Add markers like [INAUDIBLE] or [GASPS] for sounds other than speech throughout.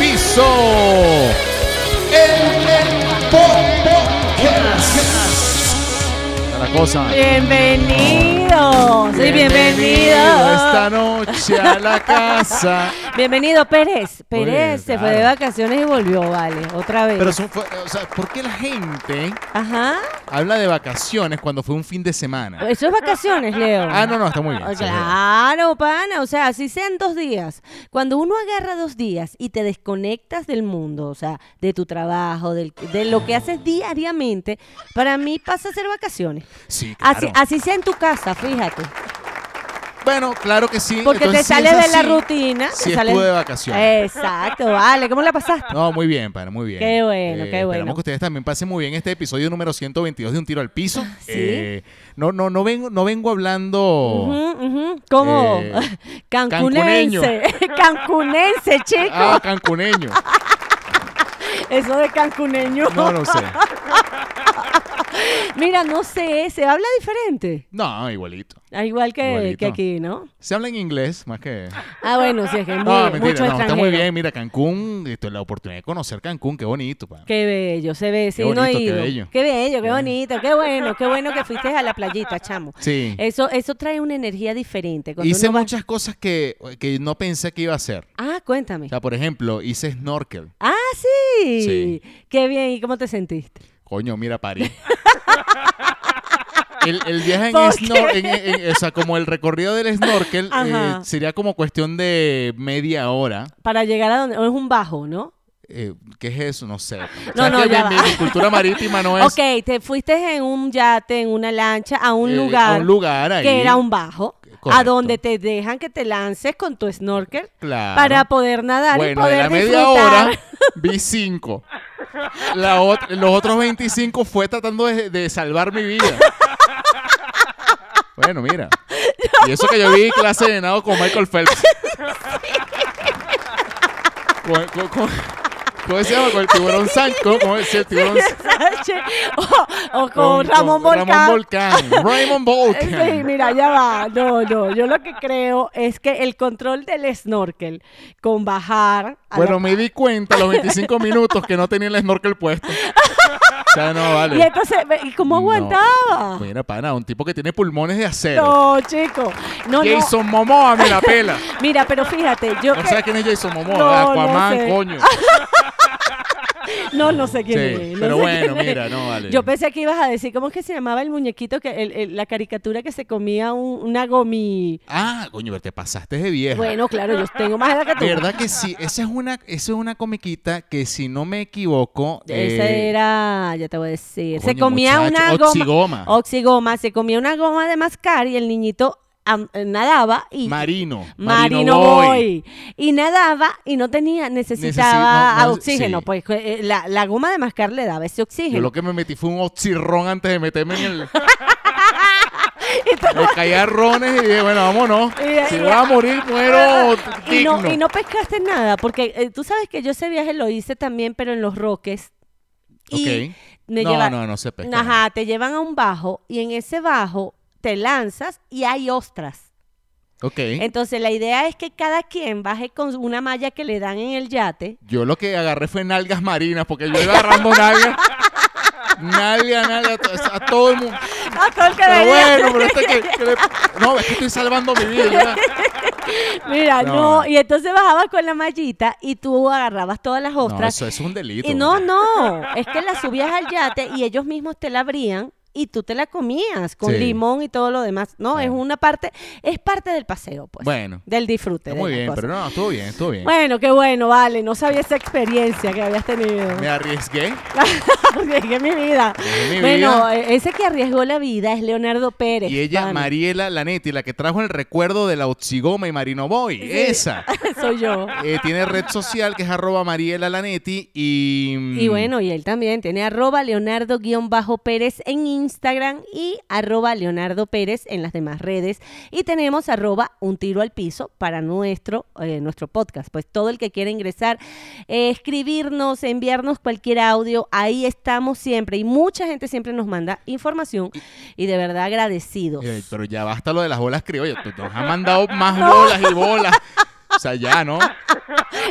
Eso. El podcast. La cosa. Bienvenidos. Sí, bienvenido. Esta noche a la casa. Bienvenido, Pérez. Pérez bien, se fue de claro. vacaciones y volvió, vale, otra vez. Pero son, fue- o sea, ¿por qué la gente Ajá. habla de vacaciones cuando fue un fin de semana? Eso es vacaciones, Leo. Ah, no, no, está muy bien. Ah, sí, es verdad. Claro, pana, o sea, así sean dos días. Cuando uno agarra dos días y te desconectas del mundo, o sea, de tu trabajo, del- de lo que haces diariamente, para mí pasa a ser vacaciones. Sí, claro. Así, así sea en tu casa, fíjate. Bueno, claro que sí. Porque Entonces, te si es sales de la así, rutina. te sí sales- estuve de vacaciones. Exacto, vale, ¿cómo la pasaste? No, muy bien, pana, muy bien. Eh, Qué bueno, qué bueno. Esperamos que ustedes también pasen muy bien este episodio número 122 de Un Tiro al Piso. Ah, Sí. Eh, no, no, no vengo, no vengo hablando... Ujú, ujú, Como Eh, [LAUGHS] cancunense, [LAUGHS] cancunense, chico. Ah, cancuneño. Eso de cancuneño. No, no sé. [LAUGHS] Mira, no sé, se habla diferente. No, igualito. Ah, Igual que, Igualito. que aquí, ¿no? Se habla en inglés más que... Ah, bueno, sí, es que es No, muy, mucho mentira, no, extranjero. está muy bien. Mira, Cancún, esto, la oportunidad de conocer Cancún, qué bonito, pana. Qué bello, se ve, sí, no he bonito, qué ido. bello. Ah. Qué bello, qué bonito, qué bueno, qué bueno que fuiste a la playita, chamo. Sí. Eso, eso trae una energía diferente. Cuando Hice uno va- muchas cosas que, que no pensé que iba a hacer. Ah, O cuéntame. sea, por ejemplo, hice snorkel. Ah, sí. Sí. Qué bien, ¿y cómo te sentiste? Coño, mira, [LAUGHS] París. El, el viaje en ¿Por snorkel, o sea, como el recorrido del snorkel, eh, Ajá. sería como cuestión de media hora. Para llegar a donde... o Es un bajo, ¿no? Eh, ¿Qué es eso? No sé. No, ¿Sabes no, que ya mi, va. mi cultura marítima no es... [LAUGHS] Ok, te fuiste en un yate, en una lancha, a un eh, lugar, a un lugar ahí. que era un bajo, a Correcto. donde te dejan que te lances con tu snorkel Claro. para poder nadar y Bueno, de poder la media disfrutar. [LAUGHS] hora vi cinco. La ot- los otros 25 fue tratando de, de salvar mi vida. Bueno, mira. Y eso que yo vi clase de nado con Michael Phelps. Con, con- con- ¿Cómo se llama? Con el tiburón Sánchez. ¿Cómo, cómo es el tiburón Sánchez? o, o con, Ramón Volcán. Ramón Volcán. Raymond Eh, Volcán. Sí, mira, ya va. No, no. Yo lo que creo es que el control del snorkel con bajar. a la- Bueno, me di cuenta a los 25 minutos que no tenía el snorkel puesto. O sea, no, vale. y entonces, ve- ¿y cómo No. aguantaba? Mira, pana, un tipo que tiene pulmones de acero. No, chico. No, no. Jason Momoa me la pela. Mira, pero fíjate, [LAUGHS] yo No que- sabes quién es Jason Momoa, No, Aquaman, no sé. [LAUGHS] coño. No, no sé quién Sí, es. no pero sé bueno, quién es. mira, no vale. Yo pensé que ibas a decir, ¿cómo es que se llamaba el muñequito, que el- el- la caricatura que se comía un- una gomi? Ah, coño, pero te pasaste de vieja. Bueno, claro, yo tengo más edad que tú. ¿Verdad que sí? Esa es una, esa es una comiquita que si no me equivoco. Esa eh, era, ya te voy a decir. se coño, comía muchacho, una goma. oxigoma. Oxigoma, se comía una goma de mascar y el niñito am- eh, nadaba y. Marino. Marino Boy. Y nadaba y no tenía, necesitaba Necesi- no, no, oxígeno. sí. Pues eh, la, la goma de mascar le daba ese Yo oxígeno. lo que me metí fue un oxirrón antes de meterme en el. [LAUGHS] Y tú- Me caía rones y dije, bueno, vámonos. Y- Si y- voy a morir, muero Ah, [LAUGHS] y, digno. no, y no pescaste nada, porque eh, tú sabes que yo ese viaje lo hice también, pero en los roques. Y Ok. me no, lleva- no, no se pesca. Ajá, te llevan a un bajo y en ese bajo te lanzas y hay ostras. Ok. Entonces la idea es que cada quien baje con una malla que le dan en el yate. Yo lo que agarré fue nalgas marinas, porque yo iba agarrando nalgas. Nalga, nalga, a, to- a todo el [LAUGHS] mundo. Pero bueno, pero este que. que le- no, es que estoy salvando mi vida. yo [LAUGHS] era- Mira, No. no. Y entonces bajabas con la mallita y tú agarrabas todas las No, ostras. eso es un delito. y no, no, es que la subías al yate y ellos mismos te la abrían y tú te la comías con Sí. limón y todo lo demás. No, es Bueno. una parte, es parte del paseo, pues. Bueno. Del disfrute. de Muy la bien, cosa. pero no, estuvo bien, estuvo bien. Bueno, qué bueno, vale. No sabía esa experiencia que habías tenido. [LAUGHS] Me arriesgué. Arriesgué mi vida. Arriesgué mi bueno, eh, ese que arriesgó la vida es Leonardo Pérez. Y ella, pana. Mariela Lanetti, la que trajo el recuerdo de la Oxigoma y Marino Boy. Esa. [LAUGHS] Soy yo. Eh, tiene red social que es arroba Mariela Lanetti y. mm, Y bueno, y él también tiene arroba leonardo-pérez en Instagram y arroba leonardo pérez en las demás redes. Y tenemos arroba un tiro al piso para nuestro, eh, nuestro podcast. Pues todo el que quiera ingresar, eh, escribirnos, enviarnos cualquier audio, ahí estamos siempre. Y mucha gente siempre nos manda información y de verdad agradecidos. [LAUGHS] Eh, pero ya basta lo de las bolas criollas. Tú nos has mandado más bolas y bolas. O sea, ya, ¿no?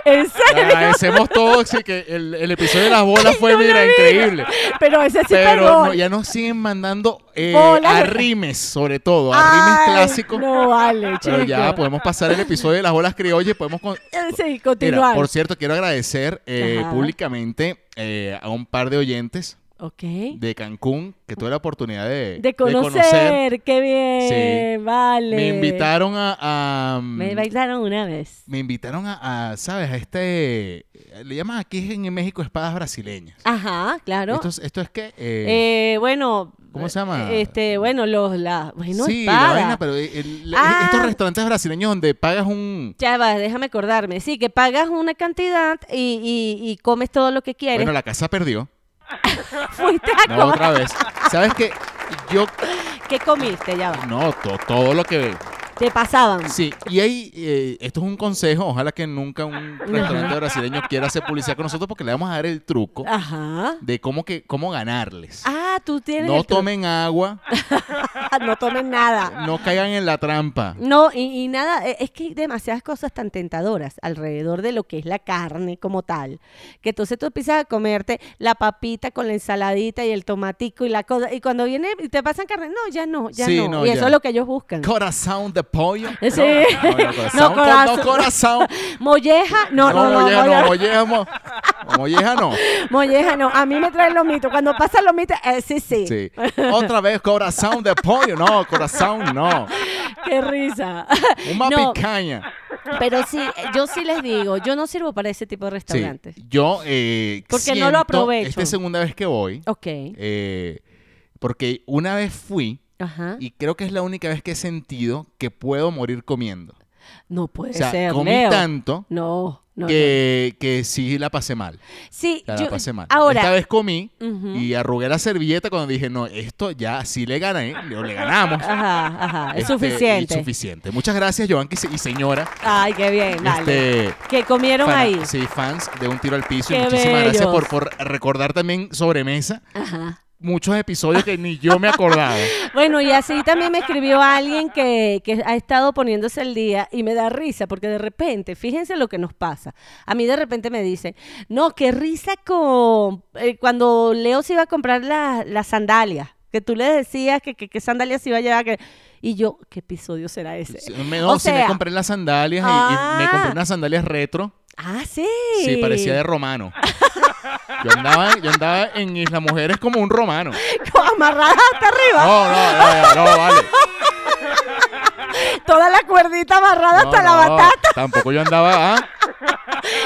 ¿En Le serio? agradecemos todos sí, que el, el episodio de las bolas fue, [LAUGHS] No lo mira, vi. increíble. Pero ese sí Pero pegó. no, ya nos siguen mandando eh, Bolas de- arrimes, sobre todo, arrimes Ay, clásicos. No vale, Pero ya chico. podemos pasar el episodio de las bolas criollas y podemos... con- Eh, Sí, Mira, continuar. por cierto, quiero agradecer eh, Ajá. públicamente eh, a un par de oyentes Ok. de Cancún que tuve la oportunidad de, De conocer, qué bien, vale. Me invitaron a... a- mm, Me bailaron una vez. me invitaron a, a, ¿sabes? A este... Le llaman aquí en México espadas brasileñas. Ajá, claro. Esto, es, esto es que... eh, Eh, bueno. ¿Cómo se llama? Este, bueno, los, la, bueno, sí, la espada. vaina, pero el- el- Ah. estos restaurantes brasileños donde pagas un... Ya va, déjame acordarme. Sí, que pagas una cantidad y, y- y comes todo lo que quieres. Bueno, la casa perdió. [LAUGHS] Fuiste a No, comer. otra [LAUGHS] vez. ¿Sabes qué? Yo... ¿Qué comiste? Ya va. No, to- todo lo que... Te pasaban. Sí, y ahí, eh, esto es un consejo, ojalá que nunca [LAUGHS] un restaurante brasileño quiera hacer publicidad con nosotros porque le vamos a dar el truco Ajá. de cómo que cómo ganarles. Ah, tú tienes. No el [LAUGHS] tru- tomen agua, no tomen nada. no caigan en la trampa. No, y, y nada, e- es que hay demasiadas cosas tan tentadoras alrededor de lo que es la carne como tal, que entonces tú empiezas a comerte la papita con la ensaladita y el tomatico y la cosa, y cuando viene y te pasan carne, no, ya no, ya Sí, no. no, y ya. eso es lo que ellos buscan. Corazón de pollo. Eh, sí. No, no, corazón, co- no, No, [LAUGHS] corazón. corazón. [LAUGHS] molleja, no, no, no, molleja molleja- no, molleja mo- molleja no. [LAUGHS] molleja no, a mí me traen los mitos, cuando pasan los mitos, eh, sí, sí, [LAUGHS] Sí. Otra vez, corazón de pollo. No, corazón Oh, no. [LAUGHS] qué risa. Una No, picaña. pero sí, eh, yo sí les digo, yo no sirvo para ese tipo de Sí. restaurantes. Yo eh, Porque no lo siento- aprovecho. Esta es segunda vez que voy. Ok, Eh, porque una vez fui ajá, y creo que es la única vez que he sentido que puedo morir comiendo. no puede O sea, ser, comí Leo. tanto No, no. que, que sí la pasé mal. no. Sí, O sea, yo- la pasé mal. ahora. Esta vez comí Ujú. y arrugué la servilleta cuando dije, no, esto ya sí le gané, le, le [LAUGHS] ganamos. Ajá, ajá, Ah, es Este, suficiente. y suficiente. Muchas gracias, Joan y se- y señora. Ay, qué bien, dale. Este, que comieron fan- ahí. Sí, fans de Un Tiro al Piso. y Qué muchísimas gracias por, bellos. por recordar también sobremesa. Ajá. Muchos episodios que ni yo me [LAUGHS] acordaba. Bueno, y así también me escribió alguien que, que ha estado poniéndose el día y me da risa, porque de repente, fíjense lo que nos pasa. A mí de repente me dicen, no, qué risa con eh, cuando Leo se iba a comprar la- las sandalias, que tú le decías que, que, que sandalias se iba a llevar. que- Y yo, ¿qué episodio será ese? Me, O no, sí, me sea- compré las sandalias y- y, me compré Ah. unas sandalias retro. Ah, sí. Sí, parecía [LAUGHS] de romano. Yo andaba, yo andaba en Isla Mujeres como un [LAUGHS] romano. Amarrada hasta arriba. No, no, no, no, no, vale. Toda la cuerdita amarrada No, [LAUGHS] hasta la no, batata. Tampoco yo andaba, [LAUGHS] ¿ah?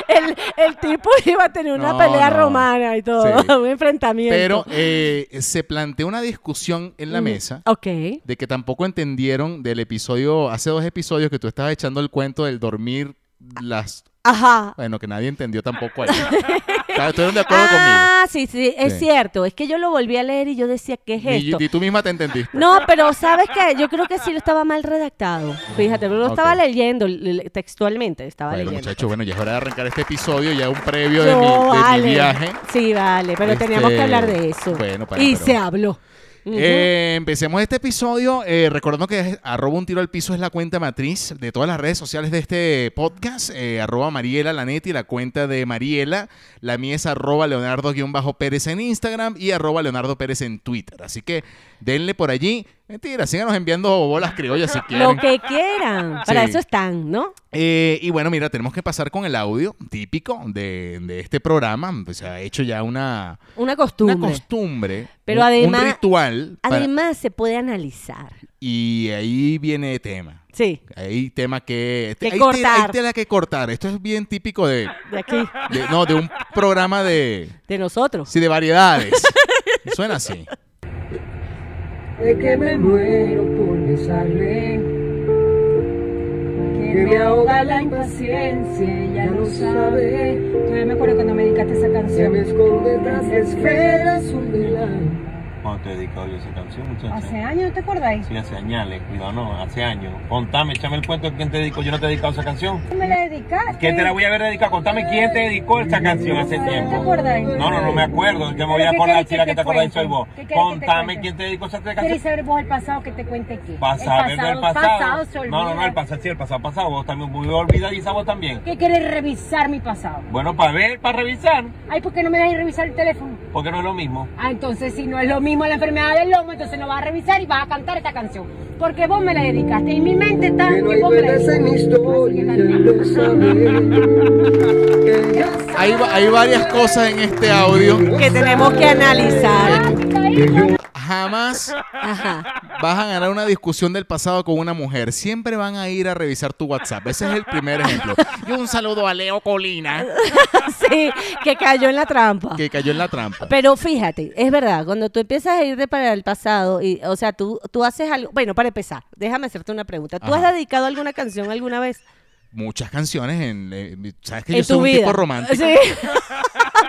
El, el tipo [LAUGHS] iba a tener una No, pelea no. romana y todo, Sí. [LAUGHS] un enfrentamiento. Pero eh, se planteó una discusión en la Mm, mesa Ok. de que tampoco entendieron del episodio, hace dos episodios que tú estabas echando el cuento del dormir las... Ajá. Bueno, que nadie entendió tampoco [LAUGHS] ahí. Estuvieron de acuerdo conmigo. Ah, sí, sí, es Sí. cierto. Es que yo lo volví a leer y yo decía, ¿qué es Ni- esto? ni tú misma te entendiste. No, pero ¿sabes qué? Yo creo que sí lo estaba mal redactado. Fíjate, pero lo Ok. estaba leyendo le- le- textualmente, estaba Bueno, leyendo. muchachos, bueno, ya es hora de arrancar este episodio, ya un previo de, mi, No, de mi vale. viaje. Sí, vale, pero Este, teníamos que hablar de eso. bueno, para- y pero- se habló. Ujú. Eh, empecemos este episodio eh, recordando que es- arroba un tiro al piso es la cuenta matriz de todas las redes sociales de este podcast. eh, arroba Mariela Lanetti, la cuenta de Mariela. La mía es arroba Leonardo-Pérez en Instagram y arroba Leonardo Pérez en Twitter. Así que denle por allí. Mentira, síganos enviando bolas criollas [LAUGHS] si quieren. lo que quieran. Para Sí. eso están, ¿no? Eh, y bueno, mira, tenemos que pasar con el audio típico de, de este programa. Pues se ha hecho ya una, Una una costumbre. costumbre, Pero un, además- un ritual. para- Además, se puede analizar. y ahí viene tema. Sí, Hay tema que... este, Que hay te- cortar. hay tela que cortar. Esto es bien típico de... de aquí, de- no, de un programa de... de nosotros. Sí, de variedades. Suena así. De que me muero por besarle, que me ahoga la impaciencia, ya ya lo lo sabe. sabe, Todavía me acuerdo cuando me dedicaste esa se me canción. esconde tras la esfera azul del aire. cuando te he dedicado yo a esa canción, muchacha? Hace años, ¿no te acordáis? Sí, hace años, cuidado, no, hace años. Contame, échame el cuento de quién te dedicó. Yo no te he dedicado a esa canción. ¿Tú me la dedicaste? ¿Quién te la voy a haber dedicado? Contame quién te dedicó esa canción hace ¿No te tiempo. acordáis? No, no, no me acuerdo. Yo me voy a ¿Pero qué acordar, querés si la que que te te acordáis soy cuente? vos. ¿Qué querés que te Contame cuente? quién te dedicó esa ¿Queréis canción. saber vos el pasado que te cuente qué? Vas a ver el pasado. se No, no, no, olvida. el pasado, sí, el pasado, pasado. Vos también, voy a olvidar y esa vos también. ¿Qué quieres revisar mi pasado? Bueno, para ver, para revisar, Ay, ¿por qué no me dejas revisar el teléfono? porque no es lo mismo. Ah, entonces si no es lo mismo la enfermedad del lomo, entonces no vas a revisar y vas a cantar esta canción. Porque vos me la dedicaste y mi mente está Que no hay y vos me la duendes en mi historia, ya Así que lo sabes. Que ya Hay, va- hay varias cosas en este audio. Que tenemos que analizar. Jamás Ajá. [LAUGHS] vas a ganar una discusión del pasado con una mujer. Siempre van a ir a revisar tu WhatsApp. Ese es el primer ejemplo. Y un saludo a Leo Colina, Sí, que cayó en la trampa. que cayó en la trampa. Pero fíjate, es verdad, cuando tú empiezas a ir de para el pasado, y, o sea, tú, tú haces algo. Bueno, para empezar, déjame hacerte una pregunta. ¿Tú Ajá. has dedicado alguna canción alguna vez? Muchas canciones en... eh, Sabes que en yo soy tu un vida? tipo romántico. Sí. [LAUGHS]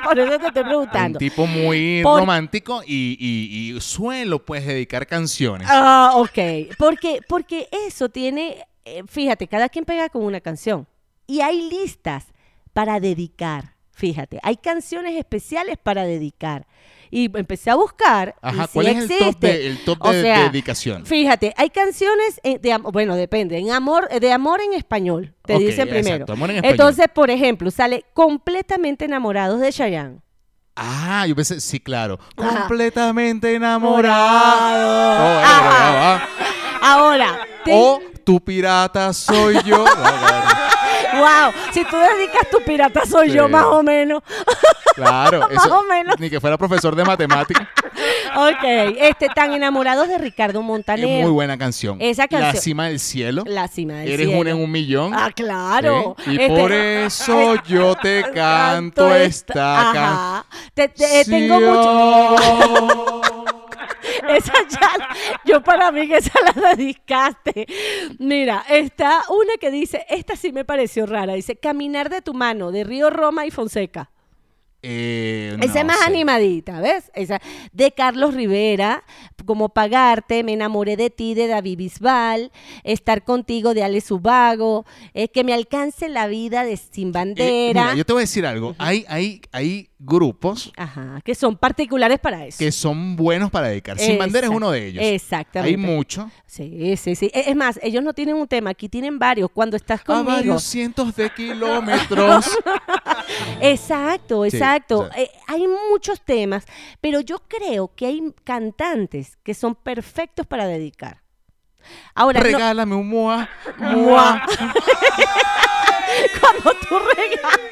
Por eso te estoy Un preguntando. tipo muy Por- romántico y, y- y suelo pues dedicar canciones. Ah, ok. Porque, porque eso tiene, eh, fíjate, cada quien pega con una canción. Y hay listas para dedicar. Fíjate, hay canciones especiales para dedicar. Y empecé a buscar. y Ajá, sí ¿cuál es el top existe. de- el top O de- sea, dedicación? Fíjate, hay canciones eh, de am- bueno, depende, en amor, eh, de amor en español, te Ok, dicen primero. exacto, amor en español. Entonces, por ejemplo, sale completamente enamorados de Chayanne. Ah, yo pensé, sí, claro. Ajá. Completamente enamorado. Oh, bueno, Ajá. bueno, va. Ahora, te- O eh, oh, tu pirata soy yo. Bueno, bueno, wow, si tú dedicas tu pirata soy Sí. yo más o menos. [LAUGHS] claro, Más o menos. Ni que fuera profesor de matemáticas. [LAUGHS] Ok, este, tan enamorados de Ricardo es Montaner. muy buena canción. Esa La canción- cima del cielo. La cima del Eres cielo. una en un millón. Ah, claro. Sí, Y Este- por eso yo [LAUGHS] te canto esta oh. canción. Ajá. Te- te- eh, tengo mucho. [LAUGHS] Esa ya, la- yo para mí que esa la dedicaste. Mira, está una que dice, esta sí me pareció rara, dice, caminar de tu mano, de Río Roma y Fonseca. [LAUGHS] Eh, Esa es no más sé. animadita, ¿ves? Esa de Carlos Rivera, como pagarte, me enamoré de ti de David Bisbal, estar contigo de Ale Subago, eh, que me alcance la vida de Sin Eh, Bandera. mira, yo te voy a decir algo. Hay, hay, hay grupos Ajá, que son particulares para eso. que son buenos para dedicar. Sin Exact- bandera es uno de ellos. Exactamente. Hay mucho. Sí, sí, sí. E- Es más, ellos no tienen un tema, aquí tienen varios. Cuando estás A conmigo. Ah, varios cientos de [LAUGHS] kilómetros. Exacto, Sí, exacto. sí. Eh, hay muchos temas, pero yo creo que hay cantantes que son perfectos para dedicar. Ahora, no- Regálame un moa. Mua. [LAUGHS] cuando tú regalas. [LAUGHS]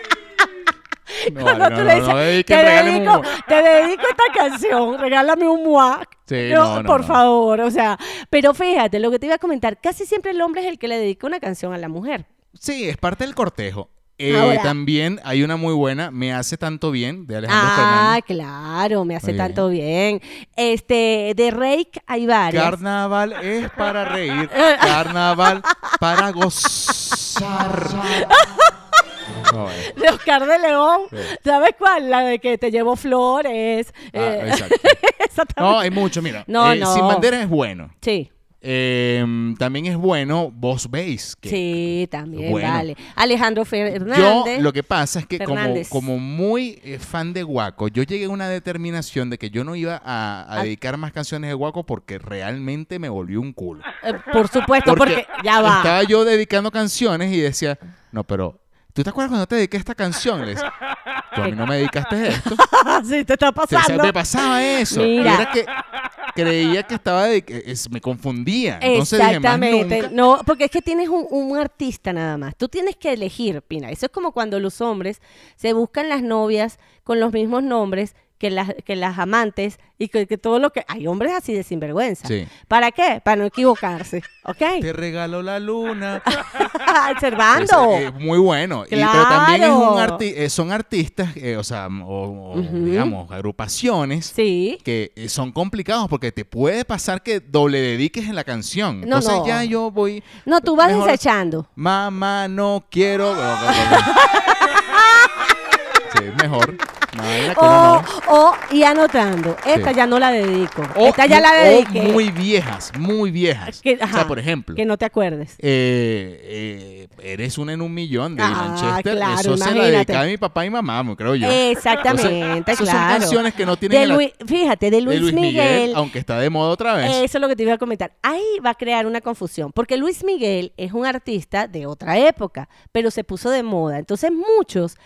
No, Cuando no, tú no, le dices, no dediquen, te, regálame un dedico, mua". te dedico esta canción, regálame un muac. Sí, Eh, no, no, por no. favor, o sea, pero fíjate, lo que te iba a comentar, casi siempre el hombre es el que le dedica una canción a la mujer. Sí, es parte del cortejo. Eh, Ahora. También hay una muy buena, Me hace tanto bien, de Alejandro Ah, Fernández. claro, me hace Muy bien. tanto bien. Este, de Rake hay varias. Carnaval es para [LAUGHS] reír, carnaval para gozar. [LAUGHS] No, eh, de Oscar de León, ¿sabes cuál? La de que te llevo flores. ah, eh, exacto. [LAUGHS] esa también. No, hay mucho, mira. No, eh, no. Sin bandera es bueno. Sí, Eh, también es bueno Vos veis que sí, también, Bueno. vale. Alejandro Yo Fernández. lo que pasa es que como, Fernández. como muy eh, fan de Guaco, yo llegué a una determinación de que yo no iba a, a Ah. dedicar más canciones de Guaco porque realmente me volvió un [LAUGHS] culo. Eh, por supuesto, porque, ya va. Estaba yo dedicando canciones y decía, no, pero ¿tú te acuerdas cuando te dediqué esta canción? Le decía, Tú a mí no me dedicaste [LAUGHS] esto. sí, te está O sea, pasando. me pasaba eso. Y Mira. Era que creía que estaba dedic- es- me confundía. Entonces dije, más Exactamente. nunca. No, porque es que tienes un, un artista nada más. Tú tienes que elegir, Pina. Eso es como cuando los hombres se buscan las novias con los mismos nombres que las, que las amantes y que, que todo lo que... Hay hombres así de sinvergüenza. Sí. ¿Para qué? Para no equivocarse. ¿Ok? Te regaló la luna. [LAUGHS] Observando. Es, eh, muy bueno. Y- pero también es un ¡Claro! arti- eh, son artistas, eh, o sea, m- o, o, Ujú. digamos, agrupaciones Sí. que eh, son complicados porque te puede pasar que doble dediques en la canción. No, Entonces no. ya yo voy. No, tú vas mejor- desechando. Mamá, no [LAUGHS] quiero. sí, mejor. No, la quiero, O, Oh, Ah, no. o y anotando. Esta Sí. ya no la dedico. O, Esta ya la o dediqué. Oh, muy viejas, muy viejas. Que- o sea, ajá, por ejemplo, Que no te acuerdes. eh, eh, eres una en un millón de Ah, Manchester. claro, eso se la imagínate. dedicaba mi papá y mamá, me creo yo. Exactamente, Esas claro. son canciones que no de tienen el Lui- fíjate, de de Luis, Miguel aunque está de moda otra vez. Eso es lo que te iba a comentar. Ahí va a crear una confusión, porque Luis Miguel es un artista de otra época, pero se puso de moda. Entonces muchos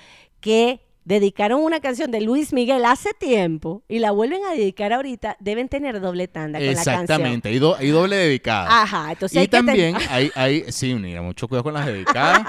que dedicaron una canción de Luis Miguel hace tiempo y la vuelven a dedicar ahorita, deben tener doble tanda con la canción. Exactamente, hay, do- hay doble dedicada. Ajá, entonces hay y que ten- [LAUGHS] también hay, hay, sí, mira, mucho cuidado con las dedicadas.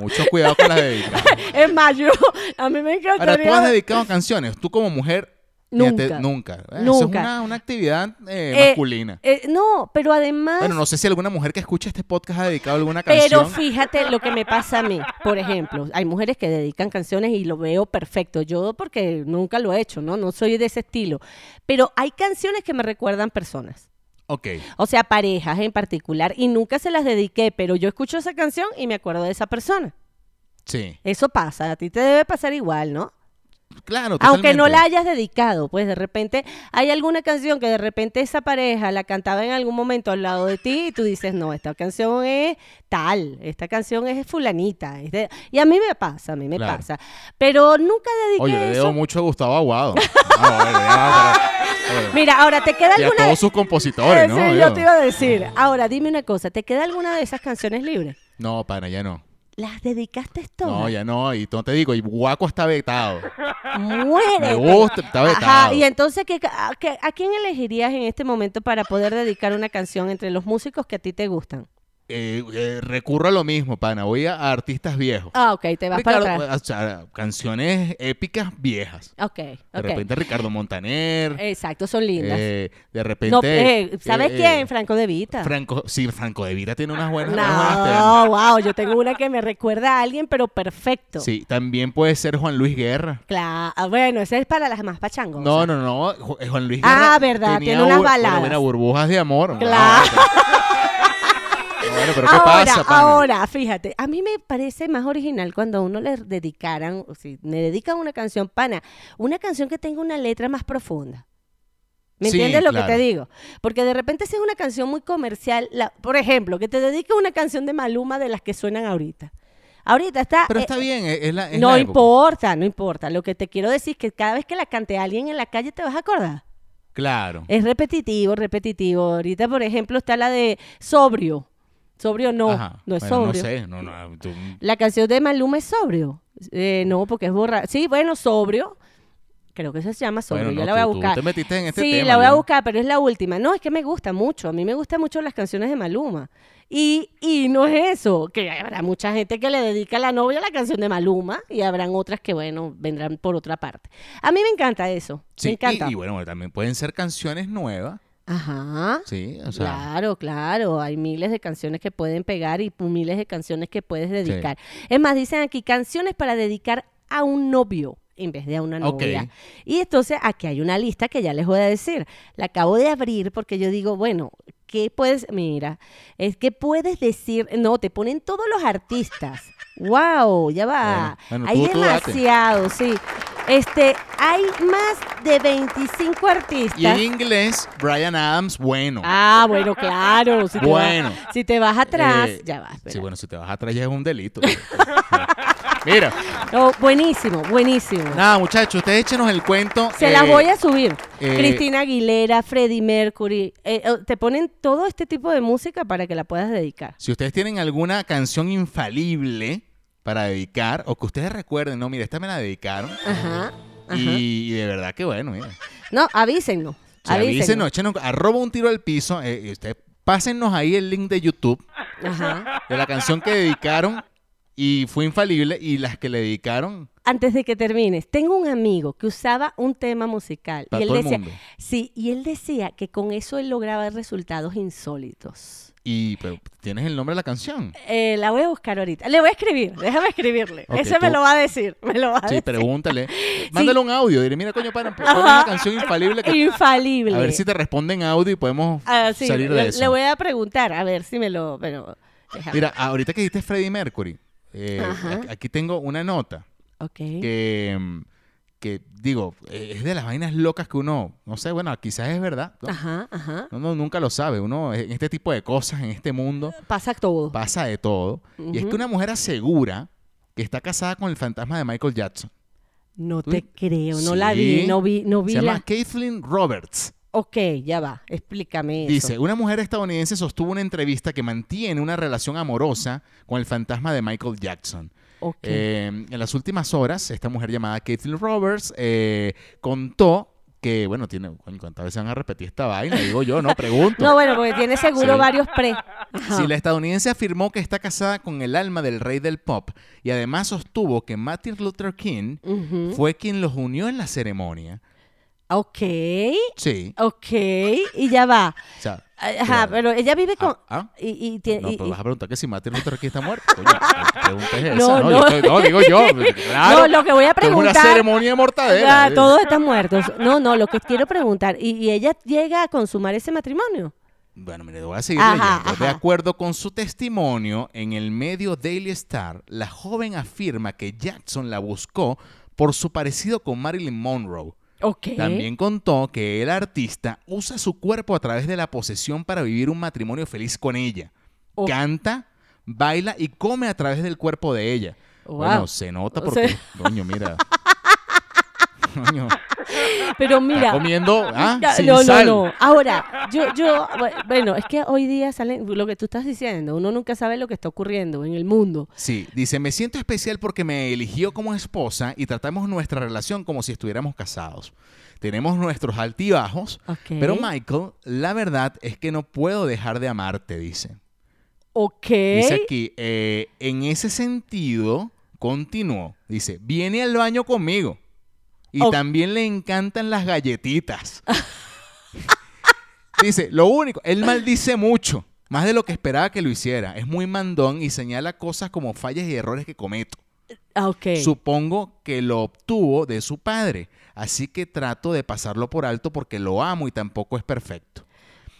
mucho cuidado con las [LAUGHS] dedicadas. Es más, yo, a mí me encantaría... Ahora, tú has ver- dedicado canciones, tú como mujer. fíjate, Nunca. nunca. Eh, Eso es Nunca. una, una actividad eh, Eh, masculina. eh, no, pero además... Bueno, no sé si alguna mujer que escuche este podcast ha dedicado alguna Pero canción. fíjate lo que me pasa a mí. Por ejemplo, hay mujeres que dedican canciones y lo veo perfecto. Yo porque nunca lo he hecho, ¿no? No soy de ese estilo. Pero hay canciones que me recuerdan personas. ok. O sea, parejas en particular. Y nunca se las dediqué, pero yo escucho esa canción y me acuerdo de esa persona. Sí. Eso pasa. A ti te debe pasar igual, ¿no? Claro, Aunque no totalmente. la hayas dedicado, pues de repente hay alguna canción que de repente esa pareja la cantaba en algún momento al lado de ti y tú dices, no, esta canción es tal, esta canción es fulanita. es de- Y a mí me pasa, a mí me Claro. pasa. Pero nunca dediqué Oye, le eso. debo mucho a Gustavo [LAUGHS] Aguado. Ah, bueno, ya, pero- bueno. Mira, ahora, ¿te queda Y a alguna... todos sus compositores, Eso ¿no? yo Digo. te iba a decir. Ahora, dime una cosa, ¿te queda alguna de esas canciones libres? No, pana, ya no. ¿Las dedicaste todas? No, ya no. Y no te digo, y Guaco está vetado. Muere. Me gusta, está vetado. y entonces, ¿qué, a, qué- a quién elegirías en este momento para poder dedicar una canción entre los músicos que a ti te gustan? Eh, eh, recurro a lo mismo, pana. Voy a, a artistas viejos. Ah, ok, te vas Ricardo, para atrás. o sea, canciones épicas viejas. Ok, De ok. repente Ricardo Montaner. Exacto, son lindas. eh, de repente. No, eh, ¿Sabes eh, quién? Franco de Vita. Franco, sí, Franco de Vita tiene unas buenas. unas buenas temas. no, wow, yo tengo una que me recuerda a alguien, pero perfecto. Sí, también puede ser Juan Luis Guerra. Claro, ah, bueno, esa es para las más pachangos. No, no, no. Ju- eh, Juan Luis Guerra. Ah, verdad, tenía tiene unas bur- bueno, baladas. bueno, burbujas de amor. Claro. Bueno, Bueno, [LAUGHS] pero ¿qué ahora, pasa, pana? ahora, fíjate, a mí me parece más original cuando a uno le dedicaran, o si me dedican una canción pana, una canción que tenga una letra más profunda. ¿Me Sí, entiendes lo que claro. te digo? Porque de repente si es una canción muy comercial, la- por ejemplo, que te dedique una canción de Maluma de las que suenan ahorita. Ahorita está... Pero eh, está bien, es, es la. es no la época. importa, no importa. Lo que te quiero decir es que cada vez que la cante alguien en la calle te vas a acordar. Claro. Es repetitivo, repetitivo. Ahorita, por ejemplo, está la de sobrio. Sobrio no, Ajá. no es Bueno, sobrio. No sé, no, no. tú- La canción de Maluma es sobrio. Eh, no, porque es borra. Sí, bueno, sobrio. Creo que eso se llama sobrio. Bueno, no, Yo la voy a tú- tú buscar. te metiste en este sí, tema, la voy a ¿no? buscar, pero es la última. No, es que me gusta mucho. A mí me gustan mucho las canciones de Maluma. Y, y no es eso, que habrá mucha gente que le dedica a la novia la canción de Maluma y habrán otras que, bueno, vendrán por otra parte. A mí me encanta eso. Sí, me encanta. Y, y bueno, también pueden ser canciones nuevas. Ajá. Sí, o sea. claro, claro. Hay miles de canciones que pueden pegar y miles de canciones que puedes dedicar. Es más, dicen aquí canciones para dedicar a un novio en vez de a una Ok. novia. Y entonces aquí hay una lista que ya les voy a decir. La acabo de abrir porque yo digo, bueno, ¿qué puedes? Mira, es que puedes decir, no, te ponen todos los artistas. ¡Wow! Ya va. Bueno, bueno, hay tú- tú date. demasiado, sí. Este, hay más de 25 artistas. Y en inglés, Brian Adams, bueno. Ah, bueno, claro. Si Bueno. Te vas, si te vas atrás, Eh, ya va. espera. Sí, bueno, si te vas atrás ya es un delito. [LAUGHS] Mira, No, buenísimo, buenísimo. nada, muchachos, ustedes échenos el cuento. Se eh, las voy a subir. eh, Cristina Aguilera, Freddie Mercury. eh, eh, te ponen todo este tipo de música para que la puedas dedicar. Si ustedes tienen alguna canción infalible para dedicar, o que ustedes recuerden, no, mira, esta me la dedicaron. Ajá. ajá. Ah, Y, y de verdad que bueno, mira. No, avísennos. O sea, avísenos, Avísennos. échenos, arroba un tiro al piso. eh, y ustedes pásennos ahí el link de YouTube Ajá. de la canción que dedicaron y fue infalible y las que le dedicaron Antes de que termines, tengo un amigo que usaba un tema musical. Para y él todo el decía, mundo. Sí, y él decía que con eso él lograba resultados insólitos. y pero tienes el nombre de la canción. Eh, la voy a buscar ahorita. Le voy a escribir, déjame escribirle. Ok, Ese me tú- lo va a decir, me lo va a Sí, decir. pregúntale. [LAUGHS] Mándale un audio, dile, mira coño, pues, para, pon una canción infalible que [LAUGHS] Infalible. a ver si te responden audio y podemos Ah, sí, salir de le, eso. le voy a preguntar, a ver si me lo... Pero, déjame. Mira, ahorita que dijiste Freddie Mercury, eh, Ajá. aquí tengo una nota Ok. que mm, que digo, eh, es de las vainas locas que uno, no sé, bueno, quizás es verdad. ¿no? Ajá, ajá. Uno nunca lo sabe. Uno, en este tipo de cosas, en este mundo, Pasa todo. pasa de todo. Y es que una mujer asegura que está casada con el fantasma de Michael Jackson. no ¿Tú? te creo, no la Sí. vi, no vi, no vi Se la. llama Caitlin Roberts. Ok, ya va, explícame eso. Dice, una mujer estadounidense sostuvo una entrevista que mantiene una relación amorosa con el fantasma de Michael Jackson. Ok. Eh, en las últimas horas, esta mujer llamada Caitlin Roberts eh, contó que, bueno, tiene, coño, ¿cuántas veces van a repetir esta vaina? Digo yo, no, pregunto. [LAUGHS] no, bueno, porque tiene seguro Sí. varios pre. Ajá. Si la estadounidense afirmó que está casada con el alma del rey del pop y además sostuvo que Martin Luther King Ujú. fue quien los unió en la ceremonia. Ok, Sí. ok, y ya va. O sea, Ajá, claro. pero ella vive con. Ah, ah. Y, y tiene- No, y- pero y- vas a preguntar que si Martin Luther King está muerto. Coño, la pregunta es esa, [LAUGHS] No, ¿no? no. Yo estoy- no, digo yo. Claro. [LAUGHS] No, lo que voy a Esto es preguntar. una ceremonia de mortadela. eh. Ah, todos están muertos. No, no, lo que quiero preguntar. ¿Y, y ella llega a consumar ese matrimonio? Bueno, mire, voy a seguir Ajá, leyendo. De ajá. acuerdo con su testimonio en el medio Daily Star, la joven afirma que Jackson la buscó por su parecido con Marilyn Monroe. Ok. También contó que el artista usa su cuerpo a través de la posesión para vivir un matrimonio feliz con ella. Oh. Canta, baila y come a través del cuerpo de ella. Wow. Bueno, se nota O porque, sea- coño, [LAUGHS] mira. Coño, Pero está mira. comiendo, ah, Ya, sin no, sal. no, no. Ahora, yo, yo, bueno, es que hoy día salen lo que tú estás diciendo. Uno nunca sabe lo que está ocurriendo en el mundo. Sí, dice, me siento especial porque me eligió como esposa y tratamos nuestra relación como si estuviéramos casados. Tenemos nuestros altibajos, Ok. pero Michael, la verdad es que no puedo dejar de amarte, dice. Ok. Dice aquí, eh, en ese sentido, continuó. Dice, viene al baño conmigo. Y Ok. también le encantan las galletitas. [LAUGHS] Dice, lo único, él maldice mucho, más de lo que esperaba que lo hiciera. Es muy mandón y señala cosas como fallas y errores que cometo. Ah, ok. Supongo que lo obtuvo de su padre, así que trato de pasarlo por alto porque lo amo y tampoco es perfecto.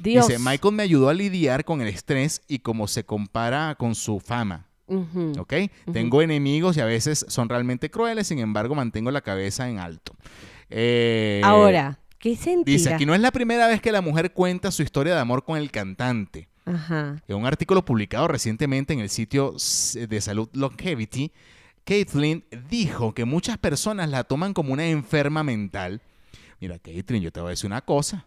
Dios. Dice, Michael me ayudó a lidiar con el estrés y cómo se compara con su fama. Ujú. ¿Ok? Tengo enemigos y a veces son realmente crueles, sin embargo, mantengo la cabeza en alto. Eh, Ahora, ¿qué sentido? Dice, aquí no es la primera vez que la mujer cuenta su historia de amor con el cantante. Ajá. En un artículo publicado recientemente en el sitio s- de salud Longevity, Caitlin dijo que muchas personas la toman como una enferma mental. Mira, Caitlin, yo te voy a decir una cosa.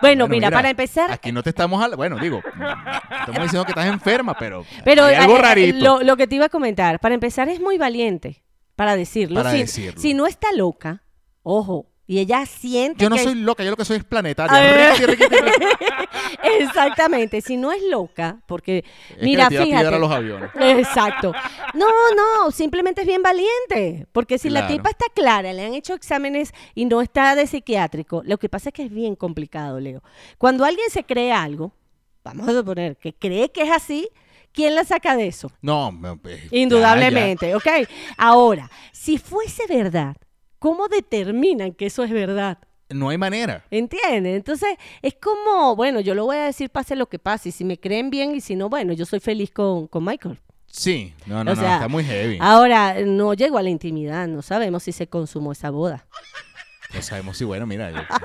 Bueno, Bueno, mira, para empezar, Aquí no te estamos... al- Bueno, [LAUGHS] digo, estamos diciendo que estás enferma, pero, Pero hay algo eh, eh, rarito. Lo, lo que te iba a comentar, para empezar, es muy valiente para decirlo. Para si, decirlo. si no está loca, ojo, y ella siente Yo no que- soy loca, yo lo que soy es A planetaria. ver. Riqui, riqui, riqui. [LAUGHS] Exactamente, si no es loca, porque Es que mira, le tira piedra fíjate. a los aviones. Exacto. No, no, simplemente es bien valiente, porque si la Claro. tipa está clara, le han hecho exámenes y no está de psiquiátrico, lo que pasa es que es bien complicado, Leo. Cuando alguien se cree algo, vamos a suponer que cree que es así, ¿quién la saca de eso? No, me- eh, Indudablemente, ¿ok? Ahora, si fuese verdad, ¿cómo determinan que eso es verdad? ya, ya. No hay manera. ¿Entiendes? Entonces, es como, bueno, yo lo voy a decir pase lo que pase, y si me creen bien y si no, bueno, yo soy feliz con, con Michael. Sí, no, no, O no, sea, ah. está muy heavy. Ahora, no llego a la intimidad, no sabemos si se consumó esa boda. No sabemos si, bueno, mira. [LAUGHS] yo-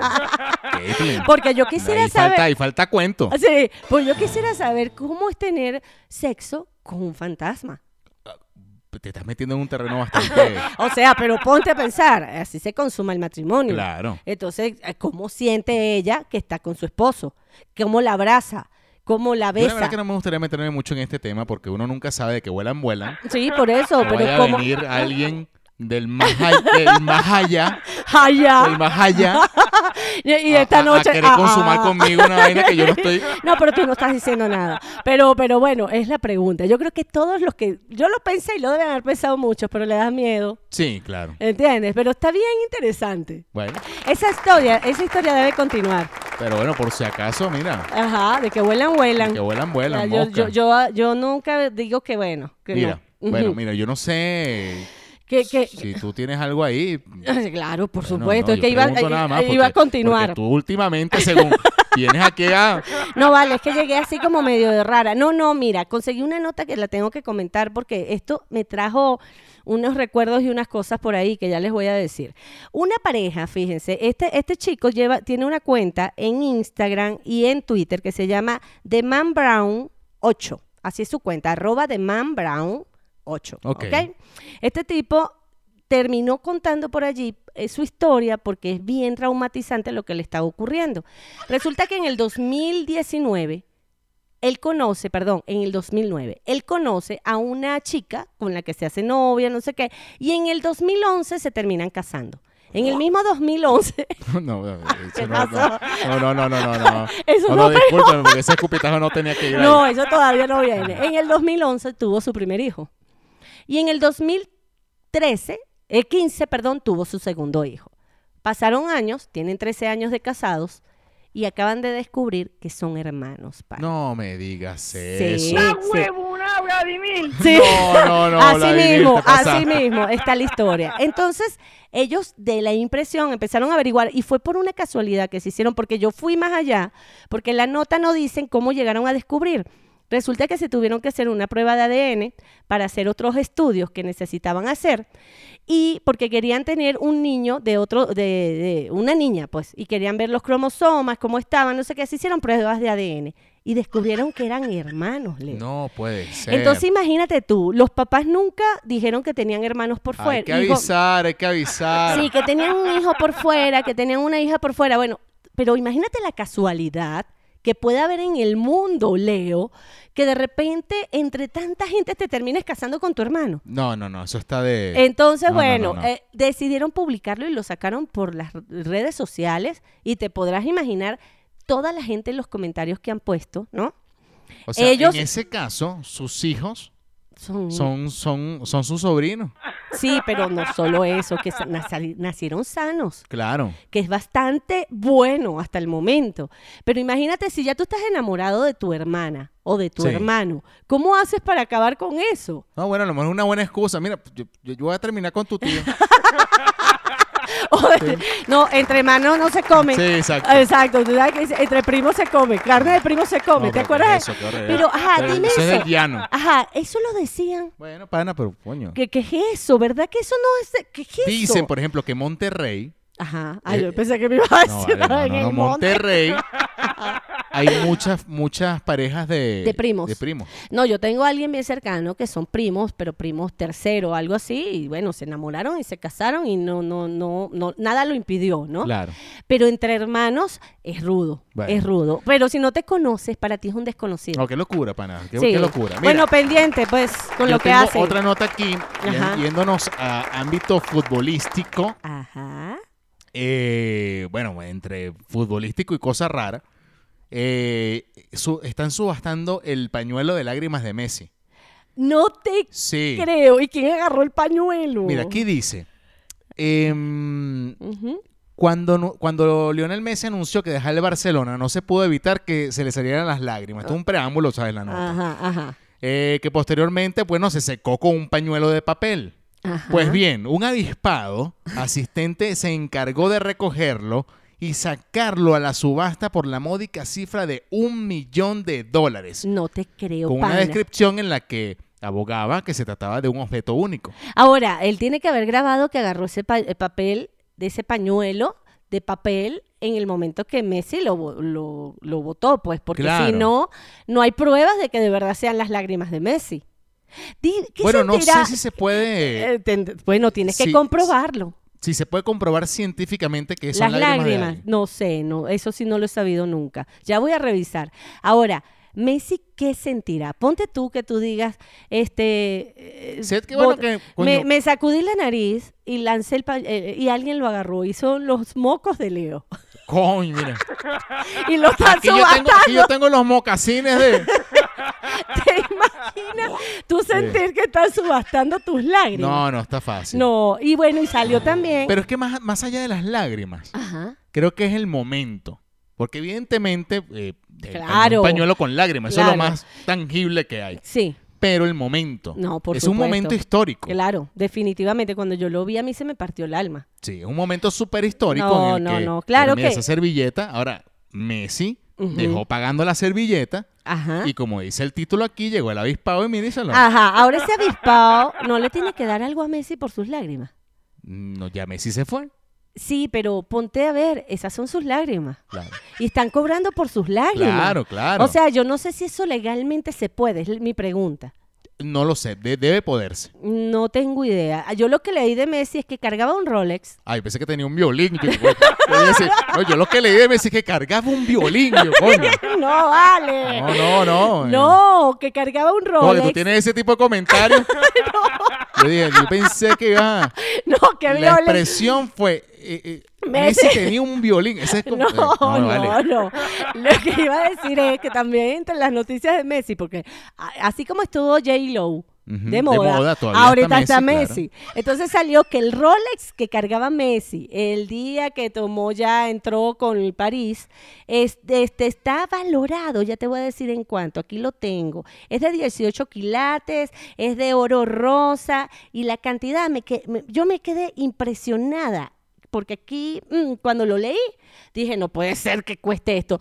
Caitlyn, Porque [LAUGHS] yo quisiera ahí saber... Falta, ahí falta cuento. Sí, pues yo quisiera saber cómo es tener sexo con un fantasma. Te estás metiendo en un terreno [LAUGHS] bastante. O sea, pero ponte a pensar, así se consuma el matrimonio. Claro. Entonces, eh, ¿cómo siente ella que está con su esposo? ¿Cómo la abraza? ¿Cómo la Yo la besa? verdad que no me gustaría meterme mucho en este tema porque uno nunca sabe de que vuelan, vuelan. Sí, por eso, [LAUGHS] Que Ah, pero vaya ¿cómo? a venir alguien del más, all- del más allá, ¡Ay, ya! del más allá, Y, Ah. [LAUGHS] y a- esta a- noche... a querer ah, consumar ah, conmigo una vaina que yo no [LAUGHS] estoy. No, pero tú no estás diciendo nada. Pero, pero bueno, es la pregunta. Yo creo que todos los que... Yo lo pensé y lo deben haber pensado muchos, pero le da miedo. Sí, claro. ¿Entiendes? Pero está bien interesante. Bueno, Esa historia, esa historia debe continuar. pero bueno, por si acaso, mira. Ajá, de que vuelan, vuelan. Que vuelan, vuelan. O sea, mosca. yo, yo, yo, yo nunca digo que bueno. Que no. mira, bueno, Ujú. mira, yo no sé que, que- si tú tienes algo ahí. [LAUGHS] Claro, por Bueno, supuesto, no, es yo que iba, eh, pregunto nada más iba a porque- continuar. [LAUGHS] porque Tú últimamente, según Vienes aquí a. [LAUGHS] No vale, es que llegué así como medio de rara. No, no, mira, conseguí una nota que la tengo que comentar porque esto me trajo unos recuerdos y unas cosas por ahí que ya les voy a decir. Una pareja, fíjense, este, este chico lleva, tiene una cuenta en Instagram y en Twitter que se llama The Man Brown 8. Así es su cuenta, arroba The Man Brown 8. Ok. ¿ok? Este tipo terminó contando por allí eh, su historia porque es bien traumatizante lo que le está ocurriendo. Resulta que en el 2019, él conoce, perdón, en el 2009, él conoce a una chica con la que se hace novia, no sé qué, y en el 2011 se terminan casando. En el mismo 2011, No, no, eso ¿Qué no, pasó? no, no, no, no, no, no. Eso no, no pegó. discúlpame, porque ese escupitajo no tenía que ir ahí. no, eso todavía no viene. En el 2011 tuvo su primer hijo. Y en el 2013, el 15, eh, perdón, tuvo su segundo hijo. Pasaron años, tienen 13 años de casados y acaban de descubrir que son hermanos. pana. No me digas Sí, eso. [LAUGHS] sí. huevona, Vladimir! Sí. No, no, no, así Vladimir, mismo, te pasaste. así mismo está la historia. Entonces, ellos de la impresión empezaron a averiguar y fue por una casualidad que se hicieron, porque yo fui más allá, porque en la nota no dicen cómo llegaron a descubrir. Resulta que se tuvieron que hacer una prueba de ADN para hacer otros estudios que necesitaban hacer y porque querían tener un niño de otro, de, de una niña, pues, y querían ver los cromosomas, cómo estaban, no sé qué, se hicieron pruebas de ADN y descubrieron que eran hermanos, Leo. No puede ser. Entonces imagínate tú, los papás nunca dijeron que tenían hermanos por fuera. Hay que Dijo- avisar, hay que avisar. sí, que tenían un hijo por fuera, que tenían una hija por fuera. Bueno, pero imagínate la casualidad que puede haber en el mundo, Leo, que de repente entre tanta gente te termines casando con tu hermano. No, no, no, eso está de. Entonces, No, no, bueno, no, no. eh, decidieron publicarlo y lo sacaron por las r- redes sociales y te podrás imaginar toda la gente en los comentarios que han puesto, ¿no? o sea, ellos- Mm. en ese caso, sus hijos Son, son, son, son sus sobrinos. Sí, pero no solo eso, que sa- naci- nacieron sanos. Claro. que es bastante bueno hasta el momento. Pero imagínate si ya tú estás enamorado de tu hermana o de tu Sí. hermano, ¿cómo haces para acabar con eso? [LAUGHS] No, bueno, a lo mejor es una buena excusa. Mira, yo, yo- yo voy a terminar con tu tío. O de- No, entre manos [LAUGHS] no se come. Sí, exacto. Exacto, tú sabes que dice, entre primos se come, carne de primo se come, No, ¿te pero ¿qué acuerdas? es eso? Qué horrible. pero, ajá, Pero dime eso es eso. del [LAUGHS] llano. Ajá, eso lo decían. Bueno, pana, pero coño. ¿Qué, qué es eso? ¿Verdad que eso no es? ¿Qué es eso? Dicen, por ejemplo, que Monterrey. Ajá, [LAUGHS] Ay, Eh, yo pensé que me ibas a No, decir vale, no, en no, el no, monte. Monterrey. [LAUGHS] Hay muchas, muchas parejas de, De primos. De primos. No, yo tengo a alguien bien cercano que son primos, pero primos tercero, algo así, y bueno, se enamoraron y se casaron y no, no, no, no, nada lo impidió, ¿no? Claro. Pero entre hermanos es rudo, Bueno. es rudo. Pero si no te conoces, para ti es un desconocido. No, qué locura, pana. Qué, Sí. qué locura. Mira, bueno, pendiente, pues, con yo lo que tengo hacen. otra nota aquí, Ajá. yéndonos a ámbito futbolístico. Ajá. eh, bueno, entre futbolístico y cosa rara, eh, su- están subastando el pañuelo de lágrimas de Messi. No te Sí. creo. ¿Y quién agarró el pañuelo? Mira, aquí dice. em, Ujú. cuando, no- cuando Lionel Messi anunció que dejaba el Barcelona, no se pudo evitar que se le salieran las lágrimas. Esto es un preámbulo, ¿sabes? La nota. Ajá, ajá. Eh, que posteriormente, bueno, se secó con un pañuelo de papel. Ajá. Pues bien, un avispado asistente se encargó de recogerlo y sacarlo a la subasta por la módica cifra de un millón de dólares. No te creo, Con una pana. descripción en la que abogaba que se trataba de un objeto único. Ahora, él tiene que haber grabado que agarró ese pa- el papel, de ese pañuelo de papel en el momento que Messi lo, bo- lo, lo votó, pues, porque si Claro. no, no hay pruebas de que de verdad sean las lágrimas de Messi. Di- ¿Qué Bueno, no sentirá? sé si se puede, Eh, ten- bueno, tienes que Sí, comprobarlo. si se puede comprobar científicamente que son Las lágrimas. lágrimas, de alguien. no sé, no, eso sí no lo he sabido nunca. Ya voy a revisar. Ahora, Messi, ¿qué sentirá? Ponte tú que tú digas, este, eh, Sí, qué bueno bot- que, me, coño, me sacudí la nariz y lancé el pa- eh, y alguien lo agarró y son los mocos de [LAUGHS] Leo coño, [LAUGHS] mira. y lo están Aquí yo, tengo, aquí yo subastando. [LAUGHS] tengo los mocasines de... ¿Te imaginas tú sentir que están subastando tus lágrimas? No, no, está fácil. No, y bueno, y salió también. Pero es que más, más allá de las lágrimas, Ajá. creo que es el momento. Porque evidentemente, eh, el pañu- Claro. un pañuelo con lágrimas, eso es lo Claro. más tangible que hay. Sí, Pero el momento. No, por Es un supuesto. momento histórico. claro, definitivamente. Cuando yo lo vi a mí se me partió el alma. Sí, es un momento súper histórico No, en el no, que no, claro mira, que- esa servilleta, ahora, Messi Ujú. Ah. dejó pagando la servilleta Ajá. y como dice el título aquí, llegó el avispado y míriselo. Ajá, ahora ese avispado no le tiene que dar algo a Messi por sus lágrimas. No, ya Messi se fue. Sí, pero ponte a ver, esas son sus lágrimas. Claro. Y están cobrando por sus lágrimas. Claro, claro. O sea, yo no sé si eso legalmente se puede, es mi pregunta. No lo sé, de- debe poderse. No tengo idea. Yo lo que leí de Messi es que cargaba un Rolex. [LAUGHS] Ay, Ah, pensé que tenía un violín. Yo, yo- [LAUGHS] yo decía, no, yo lo que leí de Messi es que cargaba un violín, yo, coño. No, vale. No, no, no. eh. No, que cargaba un No, que Rolex. tú tienes ese tipo de [LAUGHS] comentarios. Yo dije, yo pensé que iba. No, que la Rolex. expresión fue eh, eh, Messi. Messi. tenía un violín. Ese es como- [LAUGHS] No, eh, no, no, vale. no, Lo que iba a decir es que también entre las noticias de Messi, porque a- así como estuvo J. Lowe de de moda, moda, todavía ahorita está está Messi. Messi, Entonces salió que el Rolex que cargaba Messi el día que tomó ya entró con el París, este, este, está valorado, ya te voy a decir en cuánto, aquí lo tengo. Es de 18 quilates, es de oro rosa y la cantidad, me que, me- yo me quedé impresionada porque aquí mm, cuando lo leí dije, no puede ser que cueste esto.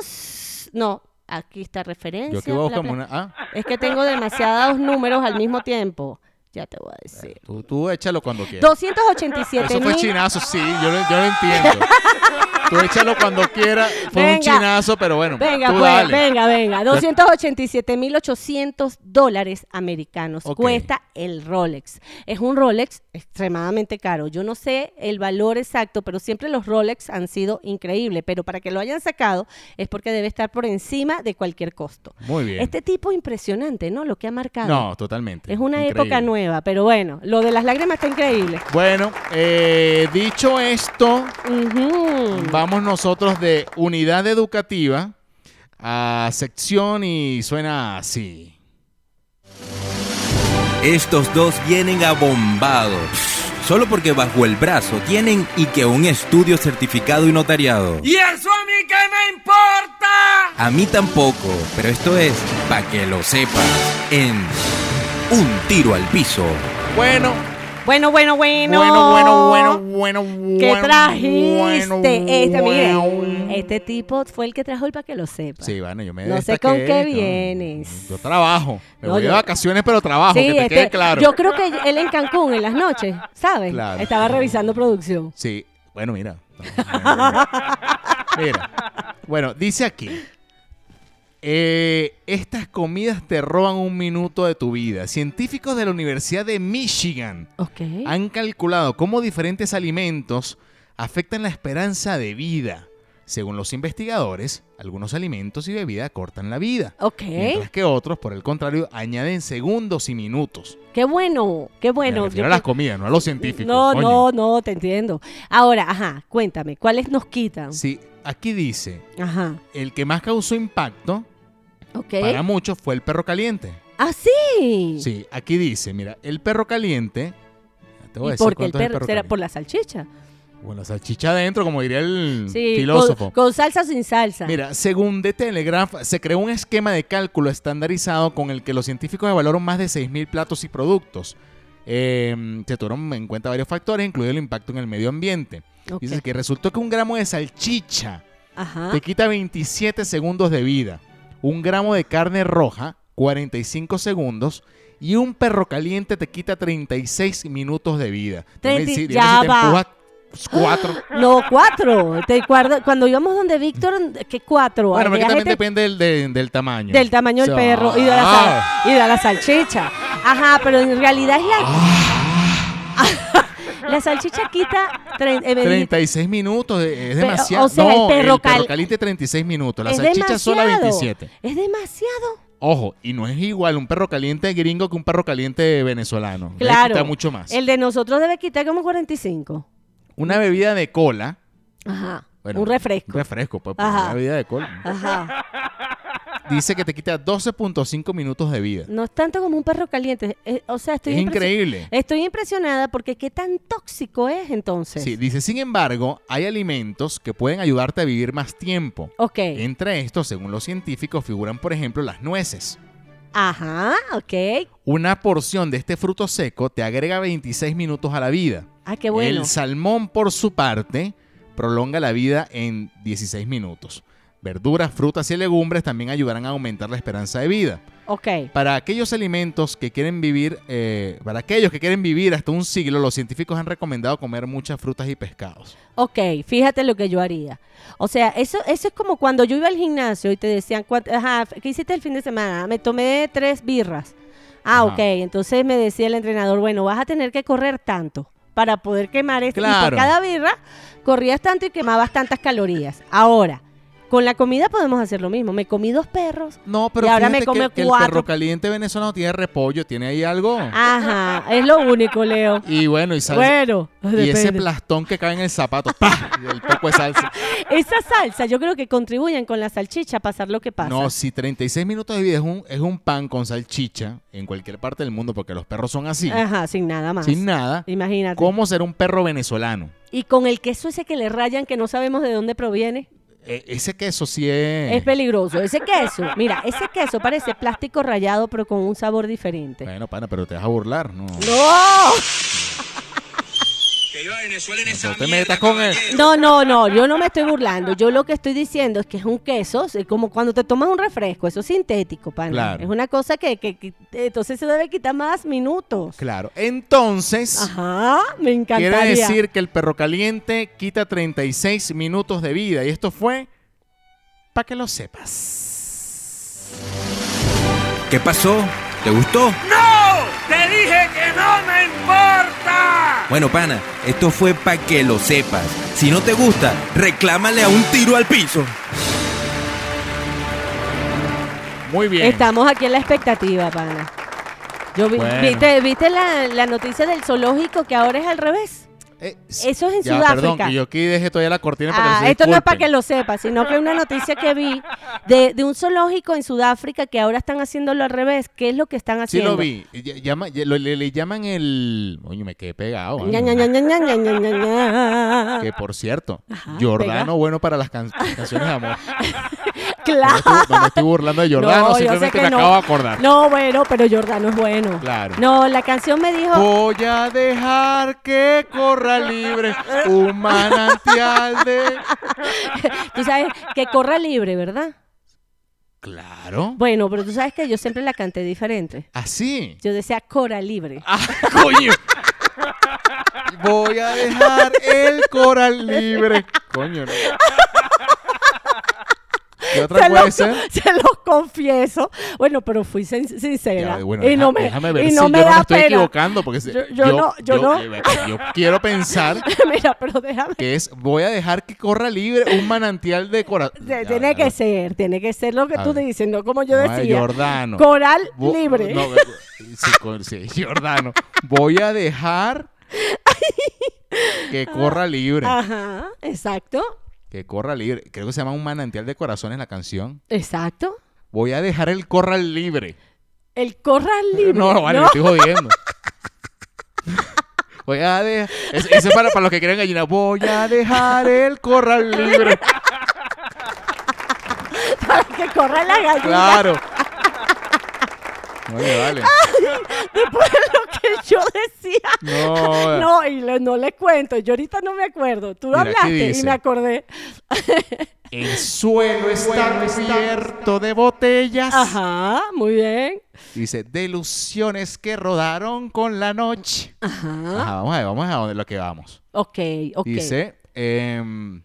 300, no, aquí está referencia. Yo que voy a bla, buscarme bla. una. Ah, Es que tengo demasiados números al mismo tiempo. Ya te voy a decir. tú, tú échalo cuando quieras. 287 Eso fue mil. chinazo, sí, yo lo, yo lo entiendo. tú échalo cuando quieras. Fue Venga. un chinazo, pero bueno. Venga, tú pues, dale. venga, venga. 287.800 dólares americanos Ok. cuesta el Rolex. Es un Rolex extremadamente caro. Yo no sé el valor exacto, pero siempre los Rolex han sido increíbles. Pero para que lo hayan sacado es porque debe estar por encima de cualquier costo. Muy bien. Este tipo impresionante, ¿no? Lo que ha marcado. No, totalmente. Es una época Increíble. nueva, pero bueno, lo de las lágrimas está increíble. Bueno, eh, dicho esto, Ujú. vamos nosotros de unidad educativa a sección y suena así. Estos dos vienen abombados. Solo porque bajo el brazo tienen y que un estudio certificado y notariado. ¿Y eso a mí qué me importa? A mí tampoco, pero esto es para que lo sepas en Un tiro al piso. Bueno, Bueno, bueno, bueno. Bueno, bueno, bueno, bueno, bueno. Oh, ¿Qué trajiste? este, mire, bueno. este tipo fue el que trajo el para que lo sepa. Sí, bueno, yo me No sé destaqué, con qué no. vienes. Yo trabajo. Me No, voy de yo- vacaciones, pero trabajo, Sí, que te este, quede claro. Yo creo que él en Cancún en las noches, ¿sabes? Claro. Estaba revisando producción. Sí, bueno, mira. [LAUGHS] Mira. Bueno, dice aquí. eh, estas comidas te roban un minuto de tu vida. Científicos de la Universidad de Michigan Ok. han calculado cómo diferentes alimentos afectan la esperanza de vida. Según los investigadores, algunos alimentos y bebidas cortan la vida, Ok. mientras que otros, por el contrario, añaden segundos y minutos. Qué bueno, qué bueno. Me refiero Yo a las creo- comidas, no a los científicos. no, coño. no, no, te entiendo. Ahora, ajá, cuéntame, ¿cuáles nos quitan? Sí, aquí dice, Ajá. el que más causó impacto Ok. para muchos fue el perro caliente. Ah, sí. Sí, aquí dice, mira, el perro caliente... ya Te voy a ¿Y decir por qué el cuánto es perro? ¿Será caliente. por la salchicha? Bueno, salchicha adentro, como diría el Sí. Mm. filósofo. Con, con salsa o sin salsa. Mira, según The Telegraph, se creó un esquema de cálculo estandarizado con el que los científicos evaluaron más de 6.000 platos y productos. Eh, se tuvieron en cuenta varios factores, incluido el impacto en el medio ambiente. Ok. Ah. Dice que resultó que un gramo de salchicha Ajá. te quita 27 segundos de vida, un gramo de carne roja, 45 segundos, y un perro caliente te quita 36 minutos de vida. Dime Treinta y- si- dime ya si te va. empujas [GASPS] cuatro. [LAUGHS] No, cuatro. Te acuerdas- cuando íbamos donde Víctor, que cuatro. Bueno, porque Había también Ah. gente depende del, de- del tamaño. del tamaño del O sea, perro y de, la sal- y de la salchicha. Ajá, pero en realidad es la. [LAUGHS] la salchicha quita. tre- eh, 36 minutos eh, es Pero, demasiado. o sea, el no, el perro perro, cal- caliente 36 minutos, la es salchicha sola demasiado. 27. Es demasiado. Ojo, y no es igual un perro caliente gringo que un perro caliente venezolano. Le Claro. quita mucho más. El de nosotros debe quitar como 45. Una bebida de cola. Ajá. bueno, un refresco. Un refresco, pues, pero Ajá. una bebida de cola. Ajá. Dice que te quita 12.5 minutos de vida. No es tanto como un perro caliente. eh, o sea, estoy es impresio- increíble. Estoy impresionada porque qué tan tóxico es entonces. Sí, dice, sin embargo, hay alimentos que pueden ayudarte a vivir más tiempo. Ok. Entre estos, según los científicos, figuran, por ejemplo, las nueces. Ajá, ok. Una porción de este fruto seco te agrega 26 minutos a la vida. Ah, qué bueno. El salmón, por su parte, prolonga la vida en 16 minutos. Verduras, frutas y legumbres también ayudarán a aumentar la esperanza de vida. Ok. Para aquellos alimentos que quieren vivir, eh, para aquellos que quieren vivir hasta un siglo, los científicos han recomendado comer muchas frutas y pescados. Ok, fíjate lo que yo haría. O sea, eso, eso es como cuando yo iba al gimnasio y te decían, "¿Cuánto- ajá, ¿qué hiciste el fin de semana? Ah, Me tomé tres birras. Ah, Ajá. ok. Entonces me decía el entrenador, bueno, vas a tener que correr tanto para poder quemar esto. Y por Claro. cada birra corrías tanto y quemabas tantas calorías. Ahora, con la comida podemos hacer lo mismo. Me comí dos perros. No, pero Y ahora fíjate me come que- que cuatro. el perro caliente venezolano tiene repollo, tiene ahí algo. Ajá, es lo único, Leo. Y bueno, y salsa. Bueno, y ese depende. plastón que cae en el [LAUGHS] zapato, ¡pah! Y el poco de salsa. esa salsa yo creo que contribuyen con la salchicha a pasar lo que pasa. No, si 36 minutos de vida es un, es un pan con salchicha en cualquier parte del mundo, porque los perros son así, Ajá, sin nada más. sin nada, Imagínate. ¿cómo ser un perro venezolano? Y con el queso ese que le rayan que no sabemos de dónde proviene. E- ese queso sí es... Es peligroso. Ese queso, mira, ese queso parece plástico rayado pero con un sabor diferente. Bueno, pana, pero te vas a burlar, ¿no? ¡No! Que iba a Venezuela en No te metas con él. No, no, no, yo no me estoy burlando. Yo lo que estoy diciendo es que es un queso, es como cuando te tomas un refresco, eso es sintético, pana. Claro. Es una cosa que, que- que- entonces se debe quitar más minutos. Claro, entonces... Ajá, me encantaría. Quiere decir que el perro caliente quita 36 minutos de vida. Y esto fue para que lo sepas. ¿Qué pasó? ¿Te gustó? ¡No! ¡Te dije que no me importa! Bueno, pana, esto fue para que lo sepas. Si no te gusta, reclámale a un tiro al piso. Muy bien. Estamos aquí en la expectativa, pana. Yo vi- Bueno. ¿Viste, viste la, la noticia del zoológico que ahora es al revés? Eh, s- Eso es en ya, Sudáfrica. perdón, que yo aquí dejé todavía la cortina para que Ah, se esto no es para que disculpen. lo sepa, sino que es una noticia que vi de, de un zoológico en Sudáfrica que ahora están haciéndolo al revés. ¿Qué es lo que están Sí haciendo? lo vi. Ya- llama- ya- lo- le, le llaman el... Oye, me quedé pegado. ¿vale? Ña, Ña, Ña, Ña, Ña, Ña, Ña, Ña, Ña. Que por cierto, Ajá, Jordano pega. bueno para las can- canciones de [LAUGHS] amor. No me, Claro. estoy, no me estoy burlando de Jordano, No, yo sé simplemente que me no. acabo de acordar. No, bueno, pero Jordano es bueno. Claro. Oh. No, la canción me dijo. Voy a dejar que corra libre un manantial de... [LAUGHS] Tú sabes que corra libre, ¿verdad? Claro. Bueno, pero tú sabes que yo siempre la canté diferente. Así. Yo decía Cora Libre. Ah, coño. Voy a dejar el coral libre. Coño, no. ¿Qué otra se, puede los, ser? [LAUGHS] se los confieso. Bueno, pero fui sin- sincera. Ya, bueno, y deja- no me, déjame ver y si no yo me no me da estoy pena. equivocando. Porque si- Yo- yo no, yo no. yo quiero pensar [LAUGHS] Mira, pero déjame. que es voy a dejar que corra libre un manantial de coral. Te- tiene que ser, tiene que ser lo que A tú ver. dices, no como yo decía. Jordano. Coral Vo- libre. no, eh, sí, con- sí, Jordano. Voy a [LAUGHS] dejar que corra Ah. libre. Ajá, exacto. Que corra libre. Creo que se llama Un manantial de corazones la canción. Exacto. Voy a dejar el corral libre. El corral libre. No, vale, me ¿no? estoy jodiendo. [LAUGHS] Voy a dejar. Ese es para, para los que quieren gallina. Voy a dejar el corral libre. [LAUGHS] Para que corra la gallina. [LAUGHS] Claro. Oye, vale. Después de pues, lo que yo decía. No. No, y le- no les cuento. Yo ahorita no me acuerdo. Tú lo Mira, ¿qué hablaste y dice? me acordé. El suelo está cubierto de botellas. Ajá, muy bien. Dice, delusiones que rodaron con la noche. Ajá. Ajá, vamos a ver, vamos a donde lo que vamos. Ok, ok. Dice, em,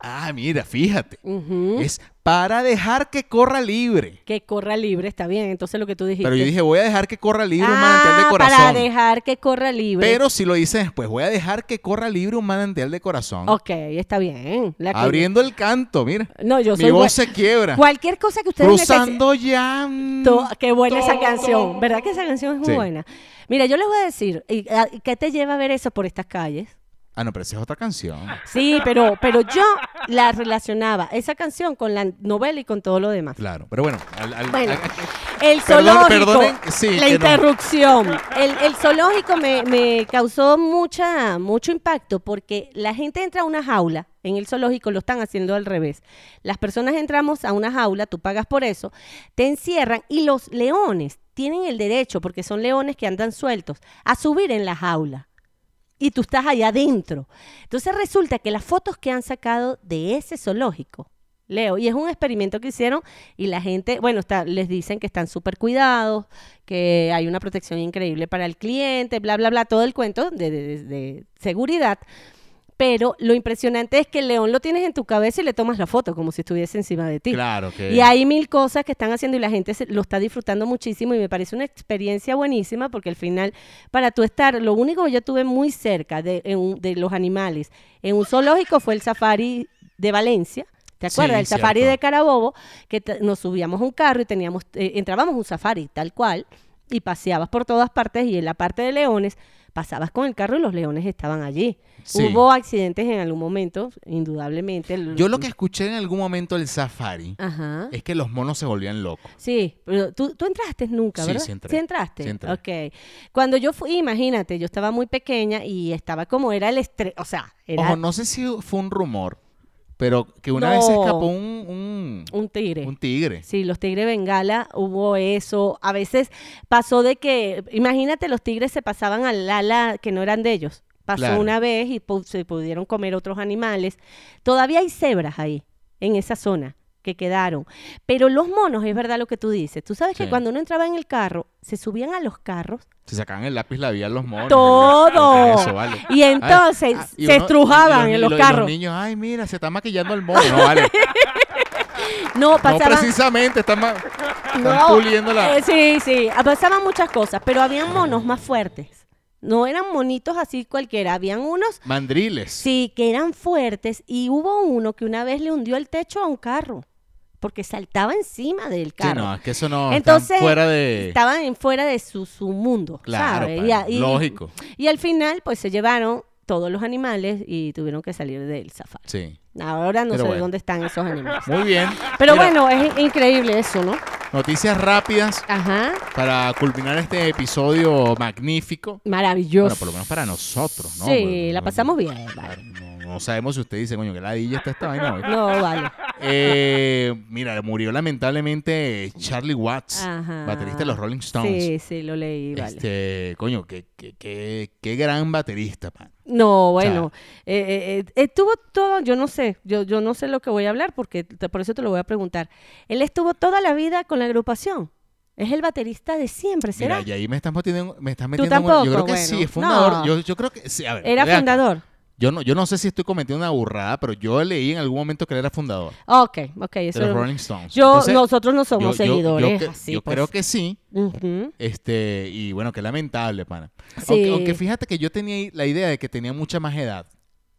ah, mira, fíjate. Ujú. Es para dejar que corra libre. Que corra libre, está bien. Entonces lo que tú dijiste. Pero yo dije, voy a dejar que corra libre un manantial de ah, para corazón. dejar que corra libre. Pero si lo dice después, voy a dejar que corra libre un manantial de corazón. Ok, está bien. La que- Abriendo el canto, mira. No, yo soy Mi voz buen- se quiebra. Cualquier cosa que ustedes Cruzando ya. To- Qué buena esa canción. ¿Verdad que esa canción es muy Sí. buena? Mira, yo les voy a decir, ¿y a- ¿qué te lleva a ver eso por estas calles? Ah, no, pero esa es otra canción. Sí, pero, pero yo la relacionaba, esa canción, con la novela y con todo lo demás. Claro, pero bueno. al- al- Bueno, a- a- el Perdón, zoológico, perdonen, sí, la que no. interrupción. El, el zoológico me, me causó mucha, mucho impacto porque la gente entra a una jaula. En el zoológico lo están haciendo al revés. Las personas entramos a una jaula, tú pagas por eso, te encierran y los leones tienen el derecho, porque son leones que andan sueltos, a subir en la jaula. y tú estás allá adentro. Entonces resulta que las fotos que han sacado de ese zoológico, Leo, y es un experimento que hicieron y la gente, bueno, está, les dicen que están súper cuidados, que hay una protección increíble para el cliente, bla, bla, bla, todo el cuento de, de- de seguridad. Pero lo impresionante es que el león lo tienes en tu cabeza y le tomas la foto como si estuviese encima de ti. Claro que. Y hay mil cosas que están haciendo y la gente se- lo está disfrutando muchísimo y me parece una experiencia buenísima porque al final, para tú estar, lo único que yo tuve muy cerca de, en un- de los animales en un zoológico fue el safari de Valencia. ¿Te Sí, acuerdas? el safari cierto. de Carabobo, que t- nos subíamos a un carro y teníamos, eh, entrábamos a un safari tal cual y paseabas por todas partes y en la parte de leones pasabas con el carro y los leones estaban allí. Sí. Hubo accidentes en algún momento, indudablemente. el- Yo lo que escuché en algún momento del safari Ajá. es que los monos se volvían locos. Sí, pero tú, tú entraste nunca, Sí, ¿verdad? sí entré. entraste? Sí entré. Ok. Cuando yo fui, imagínate, yo estaba muy pequeña y estaba como era el estrés, o sea, era Ojo, no sé si fue un rumor, pero que una vez se No. escapó un, un, un tigre. un tigre. Sí, los tigres bengala, hubo eso. A veces pasó de que, imagínate, los tigres se pasaban al ala que no eran de ellos. Pasó Claro. una vez y pu- se pudieron comer otros animales. Todavía hay cebras ahí, en esa zona que quedaron. Pero los monos, es verdad lo que tú dices. Tú sabes Sí. que cuando uno entraba en el carro, se subían a los carros Se sacaban el lápiz labial los monos. Todo. Aunque eso, vale. Y entonces Ah, y se uno- estrujaban y en y los y carros. los niños, ay, mira, se está maquillando el mono. No, [LAUGHS] vale. No, no pasaban. precisamente, están, ma- están no, puliendo la... eh, sí, sí. ah, Pasaban muchas cosas, pero habían monos más fuertes. No eran monitos así cualquiera. Habían unos, Mandriles. sí, que eran fuertes. Y hubo uno que una vez le hundió el techo a un carro. Porque saltaba encima del Sí, carro. no, es que eso no... Entonces, están fuera de... estaban en fuera de su, su mundo, Claro, ¿sabes? padre, Y a- y- lógico. Y al final, pues se llevaron todos los animales y tuvieron que salir del safari. Sí. Ahora no Pero sé bueno. dónde están esos animales. Muy bien. Pero Mira, bueno, es increíble eso, ¿no? Noticias rápidas Ajá. para culminar este episodio magnífico. Maravilloso. Bueno, por lo menos para nosotros, ¿no? sí, Porque la no- pasamos bien. vale. claro, No, no sabemos si usted dice, coño, que ladilla está esta vaina hoy. No, vale. [LAUGHS] Eh, mira, murió lamentablemente Charlie Watts, Ajá. baterista de los Rolling Stones. Sí, sí, lo leí, vale. Este, coño, qué, qué, qué, qué gran baterista, man. sea- No, bueno, eh, eh, eh, estuvo todo, yo no sé, yo, yo no sé lo que voy a hablar porque te- por eso te lo voy a preguntar. Él estuvo toda la vida con la agrupación. Es el baterista de siempre, ¿será? Mira, y ahí me estás metiendo, me estás metiendo en un- tampoco? Yo creo que Bueno, sí, es fundador. no. Yo, yo creo que sí, a ver, Era vean, fundador. Yo no, yo no sé si estoy cometiendo una burrada, pero yo leí en algún momento que él era fundador Ok, ok, eso. de los Rolling Stones. Yo, Entonces, nosotros no somos yo- yo- yo seguidores. que- así, yo pues. creo que sí. Ujú. Este, y bueno, qué lamentable, pana. Sí. Aunque, aunque fíjate que yo tenía la idea de que tenía mucha más edad.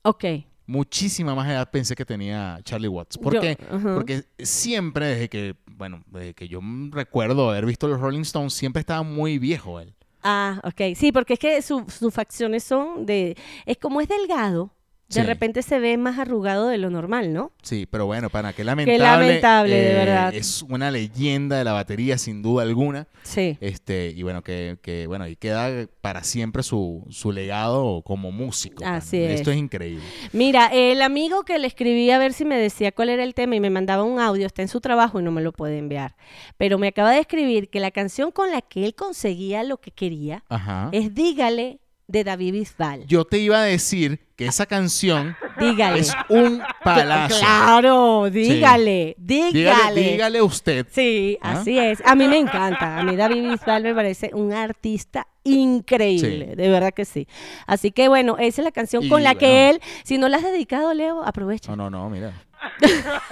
Ok. muchísima más edad pensé que tenía Charlie Watts. ¿Por Yo- qué? ajá. Porque siempre, desde que, bueno, desde que yo m- recuerdo haber visto los Rolling Stones, siempre estaba muy viejo él. Ah, ok. Sí, porque es que su- sus facciones son de... Es como es delgado, de Sí. repente se ve más arrugado de lo normal, ¿no? Sí, pero bueno, pana, qué lamentable. eh, lamentable, de verdad. Es una leyenda de la batería, sin duda alguna. Sí. Este, y bueno, que, que bueno, y queda para siempre su, su legado como músico. pana. Así es. Esto es increíble. Mira, el amigo que le escribí a ver si me decía cuál era el tema y me mandaba un audio, está en su trabajo y no me lo puede enviar. Pero me acaba de escribir que la canción con la que él conseguía lo que quería Ajá. es Dígale de David Bisbal. Yo te iba a decir que esa canción Dígale. es un palazo. Claro, dígale, Dígale, dígale. dígale usted. Sí, ¿Ah? así es. A mí me encanta. A mí David Bisbal me parece un artista increíble. Sí. De verdad que sí. Así que bueno, esa es la canción Y, con la que bueno. Ah, él, si no la has dedicado, Leo, aprovecha. No, no, no, mira. [LAUGHS]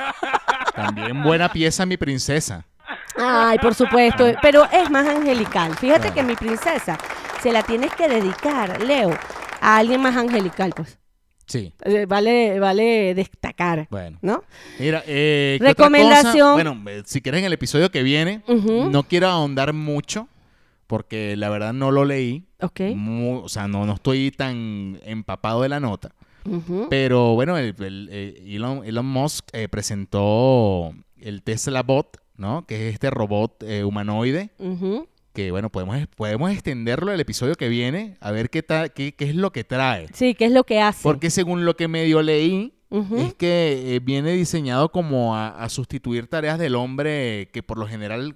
También buena pieza mi princesa. Ay, por supuesto. Pero es más angelical. Fíjate Ah. Claro. que mi princesa se la tienes que dedicar, Leo, a alguien más angelical, pues. Sí. Eh, Vale, vale destacar. Bueno. ¿No? Mira, eh, ¿qué otra cosa? Recomendación. Bueno, eh, si quieres en el episodio que viene, Ujú. no quiero ahondar mucho porque la verdad no lo leí. Ok. Mu- o sea, no, no estoy tan empapado de la nota. Ujú. Pero bueno, el, el- eh, Elon, Elon Musk eh, presentó el Tesla Bot, ¿no? Que es este robot eh, humanoide Ujú. que bueno, podemos, podemos extenderlo el episodio que viene a ver qué, ta- qué, qué es lo que trae. Sí, ¿qué es lo que hace? Porque según lo que medio leí, Ujú. es que eh, viene diseñado como a, a sustituir tareas del hombre que por lo general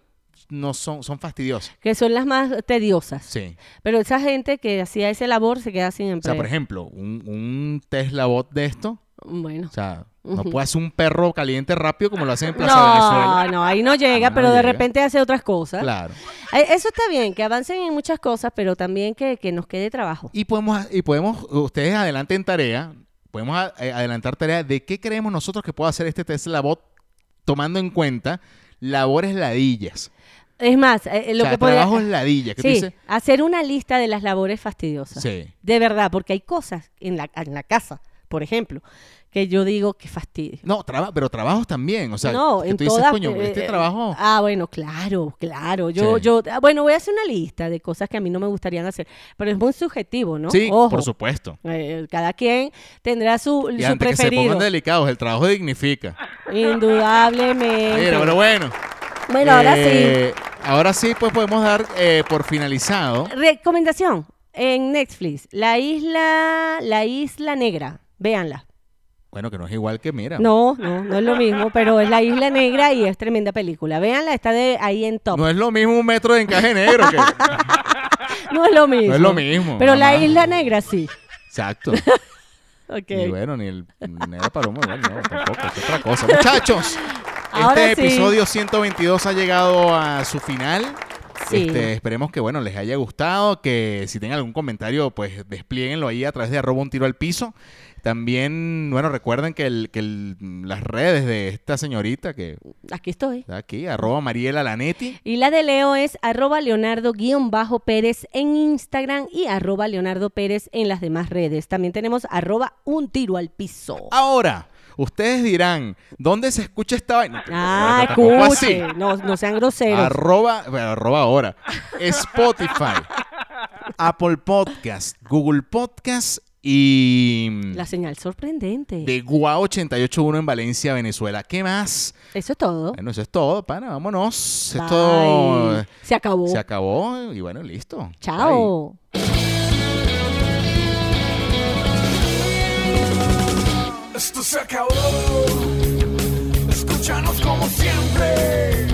no son, son fastidiosas. que son las más tediosas. Sí. Pero esa gente que hacía ese labor se queda sin O sea, empleo. por ejemplo, un, un Tesla bot de esto, bueno. o sea, no puede hacer un perro caliente rápido como lo hacen en Plaza Venezuela. No, no, ahí no llega, Ah, no pero de llega. repente hace otras cosas. Claro. Eh, Eso está bien, que avancen en muchas cosas, pero también que, que nos quede trabajo. Y podemos, y podemos, ustedes adelanten tarea, podemos a- eh, adelantar tarea de qué creemos nosotros que puede hacer este Tesla bot tomando en cuenta labores ladillas. Es más, eh, eh, o lo sea, que podría- trabajos ladillas. ¿Qué tú Sí, dices? hacer una lista de las labores fastidiosas. Sí. De verdad, porque hay cosas en la, en la casa, por ejemplo, que yo digo que fastidio. No, traba- pero trabajos también. O sea, no, que en tú dices, todas, coño, eh, este eh, trabajo. Ah, bueno, claro, claro. Yo, Sí. yo, ah, bueno, voy a hacer una lista de cosas que a mí no me gustarían hacer, pero es muy subjetivo, ¿no? sí, Ojo, por supuesto. eh, cada quien tendrá su, Y su antes que se preferido. pongan delicados, el trabajo dignifica. Indudablemente. Mira, pero bueno. Eh, bueno, ahora sí. Eh, Ahora sí, pues podemos dar eh, por finalizado. Recomendación en Netflix, la isla, la isla negra, véanla. Bueno, que no es igual que mira. No, no, no es lo mismo, pero es la isla negra y es tremenda película. Véanla, está de ahí en top. No es lo mismo un metro de encaje negro que. No es lo mismo. No es lo mismo, Pero la jamás. isla negra sí. [LAUGHS] Exacto. Ok. Ni bueno, ni el Nero Paloma, igual, no, tampoco. Es otra cosa. Muchachos, Ahora este sí. episodio 122 ha llegado a su final. Sí. Este, esperemos que bueno les haya gustado, que si tienen algún comentario, pues desplieguenlo ahí a través de arroba un tiro al piso. También, bueno, recuerden que, el- que el- las redes de esta señorita que Aquí estoy. está aquí, arroba Mariela Lanetti. Y la de Leo es arroba leonardo-pérez en Instagram y arroba leonardo pérez en las demás redes. También tenemos arroba un tiro al piso. Ahora, ustedes dirán, ¿dónde se escucha esta vaina? Ah, Tampoco escuche. No, no sean groseros. Arroba, bueno, arroba ahora. [LAUGHS] Spotify, Apple Podcast, Google Podcast y la señal sorprendente. de Guau 881 en Valencia, Venezuela. ¿Qué más? Eso es todo. Bueno, eso es todo, pana. Vámonos. Bye. Esto Se acabó. se acabó y bueno, listo. Bye. Chao. Esto se acabó. Escúchanos como siempre.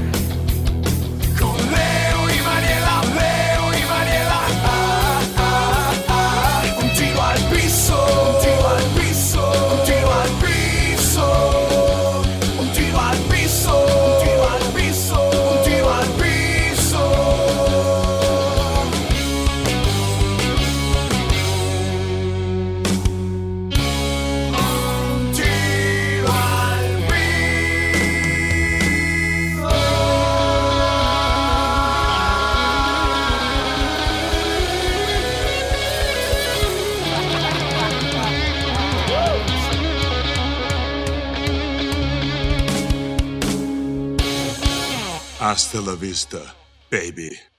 Con Leo y Mariela, Leo y Mariela. Ah, ah, ah. Un tiro al piso. Un tiro al piso. Un tiro al piso. Un tiro al piso. Un tiro al piso. Un tiro al piso. tiro al Hasta la vista, baby.